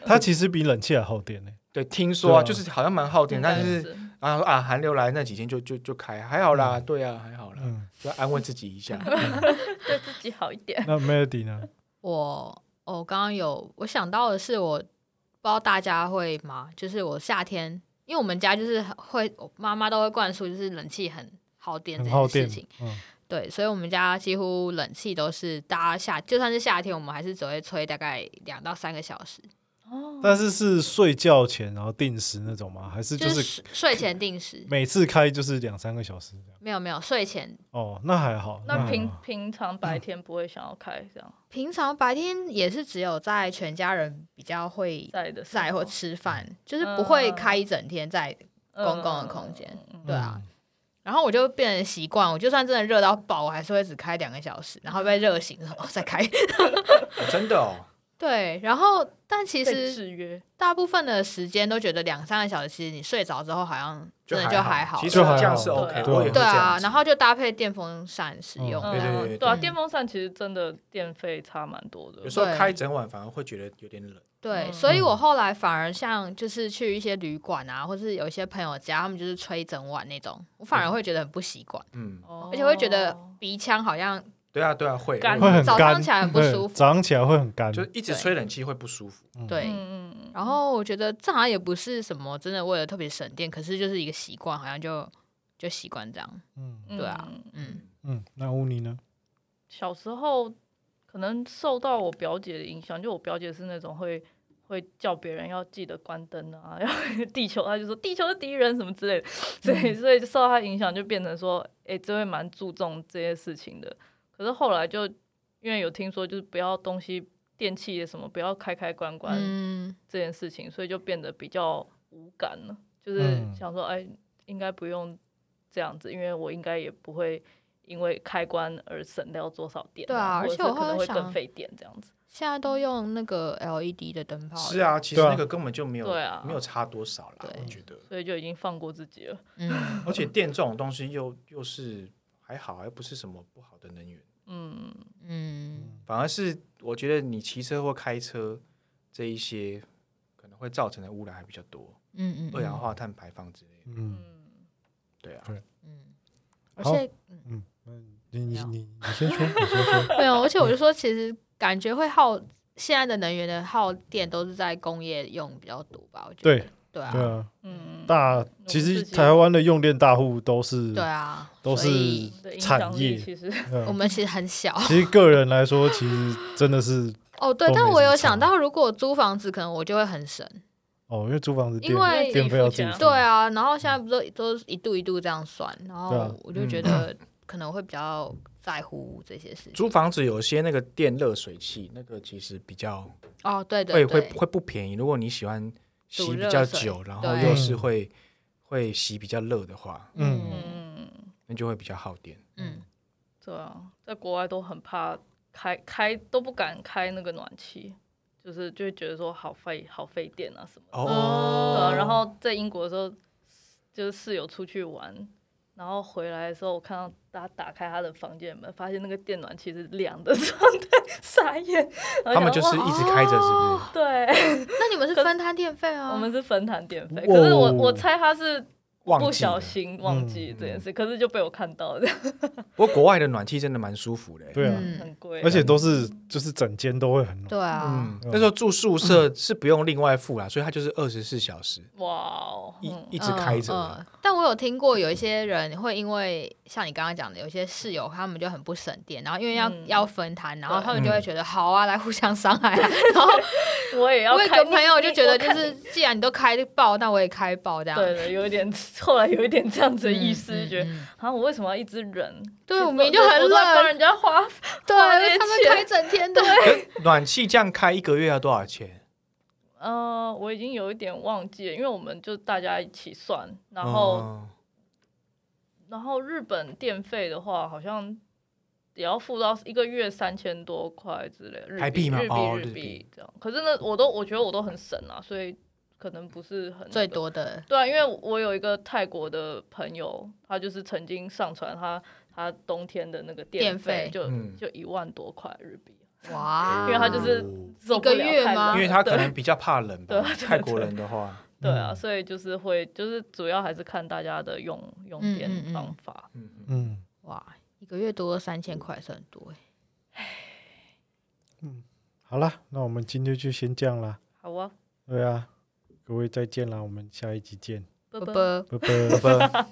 [SPEAKER 3] 它其实比冷气还耗电呢、
[SPEAKER 5] 对，听说啊，
[SPEAKER 3] 对啊
[SPEAKER 5] 就是好像蛮耗电，
[SPEAKER 4] 应
[SPEAKER 5] 但
[SPEAKER 4] 该
[SPEAKER 5] 是然后说啊，寒流来那几天就就就开，还好啦，对啊，还好啦，
[SPEAKER 3] 嗯，
[SPEAKER 5] 就安慰自己一下。
[SPEAKER 6] 嗯
[SPEAKER 4] 对自己好一点。
[SPEAKER 3] 那 Melody 呢？
[SPEAKER 6] 我哦，刚刚有我想到的是，我不知道大家会吗？就是我夏天，因为我们家就是会，我妈妈都会灌输，就是冷气很耗电
[SPEAKER 3] 很
[SPEAKER 6] 这
[SPEAKER 3] 耗
[SPEAKER 6] 件
[SPEAKER 3] 电
[SPEAKER 6] 事情。，
[SPEAKER 3] 嗯，
[SPEAKER 6] 对，所以我们家几乎冷气都是大家夏，就算是夏天，我们还是只会吹大概两到三个小时，
[SPEAKER 4] 哦，
[SPEAKER 3] 但是是睡觉前然后定时那种吗？还是就
[SPEAKER 6] 就是是睡前定时。
[SPEAKER 3] 每次开就是两三个小时这样？
[SPEAKER 6] 没有没有，睡前
[SPEAKER 3] 哦，那还好。
[SPEAKER 4] 那
[SPEAKER 3] 还
[SPEAKER 4] 平
[SPEAKER 3] 好
[SPEAKER 4] 平常白天不会想要开这样
[SPEAKER 6] 平常白天也是只有在全家人比较会
[SPEAKER 4] 在的时
[SPEAKER 6] 在
[SPEAKER 4] 候
[SPEAKER 6] 或吃饭，就是不会开一整天在公共的
[SPEAKER 4] 嗯
[SPEAKER 6] 空间
[SPEAKER 4] 嗯嗯
[SPEAKER 6] 对啊，然后我就变成习惯，我就算真的热到爆，我还是会只开两个小时，然后被热醒，然后再开。
[SPEAKER 5] 真的哦，
[SPEAKER 6] 对，然后但其
[SPEAKER 4] 被
[SPEAKER 6] 实
[SPEAKER 4] 制约，
[SPEAKER 6] 大部分的时间都觉得两三个小时，其实你睡着之后好像真的就
[SPEAKER 5] 就
[SPEAKER 6] 还好。
[SPEAKER 5] 其实
[SPEAKER 3] 就还好
[SPEAKER 5] 这样是 OK，
[SPEAKER 4] 对啊
[SPEAKER 5] 我也会这
[SPEAKER 6] 对
[SPEAKER 5] 样
[SPEAKER 6] 啊，
[SPEAKER 5] 子。嗯
[SPEAKER 6] 然后就搭配电风扇使用。
[SPEAKER 5] 对对对对
[SPEAKER 4] 啊，
[SPEAKER 6] 对
[SPEAKER 4] 电风扇其实真的电费差蛮多的
[SPEAKER 5] 有。时候
[SPEAKER 6] 对
[SPEAKER 5] 开整晚反而会觉得有点冷。
[SPEAKER 6] 对，
[SPEAKER 4] 嗯
[SPEAKER 6] 所以我后来反而像就是去一些旅馆啊，或是有一些朋友家，他们就是吹整晚那种，我反而会觉得很不习惯，
[SPEAKER 5] 嗯，
[SPEAKER 4] 而
[SPEAKER 6] 而且会觉得鼻腔好像
[SPEAKER 5] 对啊，对啊，会
[SPEAKER 4] 干
[SPEAKER 3] 会很
[SPEAKER 6] 早
[SPEAKER 3] 干，
[SPEAKER 6] 上起来很不
[SPEAKER 3] 会
[SPEAKER 6] 舒服
[SPEAKER 3] 早上起来会很干。
[SPEAKER 5] 就一直
[SPEAKER 6] 对
[SPEAKER 5] 吹冷气会不舒服。
[SPEAKER 3] 嗯
[SPEAKER 6] 对。
[SPEAKER 4] 嗯嗯
[SPEAKER 6] 然后我觉得这好像也不是什么真的为了特别省电，可是就是一个习惯，好像就就习惯这样。
[SPEAKER 3] 嗯
[SPEAKER 4] 嗯
[SPEAKER 6] 对啊，
[SPEAKER 4] 嗯
[SPEAKER 6] 嗯，
[SPEAKER 3] 嗯，那乌尼呢？
[SPEAKER 4] 小时候可能受到我表姐的影响，就我表姐是那种会会叫别人要记得关灯啊， 然后地球她就说地球是敌人什么之类的，所以所以就受到她影响，就变成说，哎、这会蛮注重这些事情的。可是后来就因为有听说，就是不要东西电器什么不要开开关关
[SPEAKER 6] 嗯，
[SPEAKER 4] 这件事情，所以就变得比较无感了，就是
[SPEAKER 3] 嗯
[SPEAKER 4] 想说，哎、应该不用这样子，因为我应该也不会因为开关而省掉多少电、
[SPEAKER 6] 对啊
[SPEAKER 4] 或者
[SPEAKER 6] 而且我
[SPEAKER 4] 是可能
[SPEAKER 6] 后来
[SPEAKER 4] 会
[SPEAKER 6] 想
[SPEAKER 4] 更费电这样子。
[SPEAKER 6] 现在都用那个 LED 的灯泡。
[SPEAKER 5] 是，啊，其实
[SPEAKER 3] 对啊
[SPEAKER 5] 那个根本就没有
[SPEAKER 4] 对啊
[SPEAKER 5] 没有差多少啦，
[SPEAKER 6] 对
[SPEAKER 5] 我觉得。
[SPEAKER 4] 所以就已经放过自己了，
[SPEAKER 6] 嗯，
[SPEAKER 5] 而且电这种东西又又是还好，又不是什么不好的能源，
[SPEAKER 4] 嗯，
[SPEAKER 6] 嗯，
[SPEAKER 5] 反而是我觉得你骑车或开车这一些可能会造成的污染还比较多，
[SPEAKER 6] 嗯嗯，
[SPEAKER 5] 二氧化碳排放之类的。
[SPEAKER 3] 嗯，
[SPEAKER 5] 对啊，
[SPEAKER 6] 嗯，
[SPEAKER 3] 好
[SPEAKER 6] 而且
[SPEAKER 3] 嗯你你
[SPEAKER 6] 嗯没有
[SPEAKER 3] 你你先 说，你先说。
[SPEAKER 6] 没啊有，而且我就说，其实感觉会耗现在的能源的耗电都是在工业用比较多吧？我觉得，
[SPEAKER 3] 对
[SPEAKER 6] 对
[SPEAKER 3] 对
[SPEAKER 6] 啊，
[SPEAKER 3] 啊，
[SPEAKER 4] 嗯，
[SPEAKER 3] 大
[SPEAKER 4] 们
[SPEAKER 3] 其实
[SPEAKER 4] 自己
[SPEAKER 3] 台湾的用电大户都是
[SPEAKER 6] 对啊，
[SPEAKER 3] 都是
[SPEAKER 6] 所以
[SPEAKER 4] 的嗯影
[SPEAKER 3] 产
[SPEAKER 4] 响
[SPEAKER 3] 业
[SPEAKER 4] 力其实
[SPEAKER 3] 对啊
[SPEAKER 6] 我们其实很小。
[SPEAKER 3] 其实个人来说，其实真的是
[SPEAKER 6] 哦，对
[SPEAKER 3] 都，没
[SPEAKER 6] 但我
[SPEAKER 3] 什么
[SPEAKER 6] 有
[SPEAKER 3] 差
[SPEAKER 6] 想到，如果租房子，可能我就会很省。
[SPEAKER 3] 哦，因为租房子
[SPEAKER 6] 因为
[SPEAKER 3] 电电费要自己付
[SPEAKER 6] 对，啊，然后现在不都都一度一度这样算，然
[SPEAKER 3] 对啊
[SPEAKER 6] 后我就觉得可能会比较在乎这些事情。
[SPEAKER 5] 租房子有些那个电热水器，那个其实比较
[SPEAKER 6] 哦，对对
[SPEAKER 5] 会会
[SPEAKER 6] 对，
[SPEAKER 5] 会不便宜。如果你喜欢洗
[SPEAKER 6] 煮
[SPEAKER 5] 比
[SPEAKER 6] 热
[SPEAKER 5] 较
[SPEAKER 6] 水
[SPEAKER 5] 久，然后
[SPEAKER 6] 对
[SPEAKER 5] 又是会会洗比较热的话，
[SPEAKER 3] 嗯
[SPEAKER 4] 嗯，
[SPEAKER 5] 那就会比较耗电。
[SPEAKER 6] 嗯，
[SPEAKER 4] 对啊，在国外都很怕开开都不敢开那个暖气，就是就会觉得说好费好费电啊什么的。对啊、
[SPEAKER 5] 哦
[SPEAKER 4] 然后在英国的时候，就是室友出去玩，然后回来的时候，我看到他打开他的房间门，发现那个电暖气是亮 哦的状态，傻眼。然后
[SPEAKER 5] 他们
[SPEAKER 4] 想
[SPEAKER 5] 就是
[SPEAKER 4] 哇哦
[SPEAKER 5] 一直开着，是不是？
[SPEAKER 4] 对，
[SPEAKER 6] 那你们是分摊电费啊？
[SPEAKER 4] 我们是分摊电费，
[SPEAKER 3] 哇
[SPEAKER 4] 可是我我猜他是
[SPEAKER 5] 忘记
[SPEAKER 4] 不小
[SPEAKER 5] 了
[SPEAKER 4] 心忘记嗯这件事，可是就被我看到了，
[SPEAKER 5] 不过国外的暖气真的蛮舒服的、欸。
[SPEAKER 3] 对啊，
[SPEAKER 6] 嗯，
[SPEAKER 4] 很贵。
[SPEAKER 3] 而且都是就是整间都会很暖，
[SPEAKER 6] 对啊，
[SPEAKER 5] 嗯，那时候住宿舍是不用另外付啦，所以它就是二十四小时
[SPEAKER 4] 哇哦，
[SPEAKER 5] 一
[SPEAKER 4] 嗯
[SPEAKER 5] 一直开着
[SPEAKER 6] 嗯
[SPEAKER 5] 的。
[SPEAKER 6] 嗯但我有听过有一些人会因为像你刚刚讲的，有一些室友他们就很不省电，然后因为要、
[SPEAKER 4] 嗯
[SPEAKER 6] 要分摊，然后
[SPEAKER 4] 对
[SPEAKER 6] 他们就
[SPEAKER 5] 嗯
[SPEAKER 6] 会觉得好啊，来互相伤害、啊。然 后
[SPEAKER 4] 我也要
[SPEAKER 6] 我有
[SPEAKER 4] 开
[SPEAKER 6] 个朋友就觉得，
[SPEAKER 4] 你
[SPEAKER 6] 就
[SPEAKER 4] 你我看
[SPEAKER 6] 是既然你都开爆，那我也开爆这样。
[SPEAKER 4] 对对，有一点，后来有一点这样子的意思，
[SPEAKER 6] 嗯
[SPEAKER 4] 就觉
[SPEAKER 6] 嗯
[SPEAKER 4] 得
[SPEAKER 6] 嗯
[SPEAKER 4] 啊，我为什么要一直忍？
[SPEAKER 6] 对
[SPEAKER 4] 其实
[SPEAKER 6] 我明明就
[SPEAKER 4] 我
[SPEAKER 6] 很
[SPEAKER 4] 我都在
[SPEAKER 6] 冷
[SPEAKER 4] 帮人家花
[SPEAKER 6] 对，他们
[SPEAKER 4] 钱
[SPEAKER 6] 开整天的。
[SPEAKER 5] 可暖气这样开一个月要多少钱？
[SPEAKER 4] 呃，我已经有一点忘记了，因为我们就大家一起算，然后、
[SPEAKER 5] 嗯
[SPEAKER 4] 然后日本电费的话，好像也要付到一个月三千多块之类，日
[SPEAKER 5] 台币吗
[SPEAKER 4] 日
[SPEAKER 5] 哦
[SPEAKER 4] 币
[SPEAKER 5] 日币
[SPEAKER 4] 日币这样。可是呢，我都我觉得我都很省啊，所以可能不是很 那
[SPEAKER 6] 最
[SPEAKER 4] 个
[SPEAKER 6] 多的
[SPEAKER 4] 对啊，因为我有一个泰国的朋友，他就是曾经上传他他冬天的那个
[SPEAKER 6] 电
[SPEAKER 4] 电
[SPEAKER 6] 费
[SPEAKER 4] 就、
[SPEAKER 5] 嗯
[SPEAKER 4] 就一万多块日币，
[SPEAKER 6] 哇，
[SPEAKER 4] 因为他就是受不
[SPEAKER 6] 个
[SPEAKER 4] 了
[SPEAKER 6] 月
[SPEAKER 4] 太冷
[SPEAKER 6] 吗
[SPEAKER 5] 因为
[SPEAKER 4] 了
[SPEAKER 5] 他
[SPEAKER 4] 对
[SPEAKER 5] 可能比较怕冷吧
[SPEAKER 4] 对，啊对
[SPEAKER 5] 泰国人的话，
[SPEAKER 4] 对啊，
[SPEAKER 3] 嗯
[SPEAKER 4] 所以就是会就是主要还是看大家的用用
[SPEAKER 6] 嗯
[SPEAKER 4] 电
[SPEAKER 6] 嗯嗯
[SPEAKER 4] 方法，
[SPEAKER 5] 嗯，嗯
[SPEAKER 3] 嗯，
[SPEAKER 6] 哇，一个月多三千块算多哎，
[SPEAKER 3] 好啦，那我们今天就先这样啦。
[SPEAKER 4] 好啊，
[SPEAKER 3] 对啊，各位再见啦，我们下一集见，
[SPEAKER 4] 拜拜。
[SPEAKER 6] 啵
[SPEAKER 3] 拜拜。
[SPEAKER 5] 不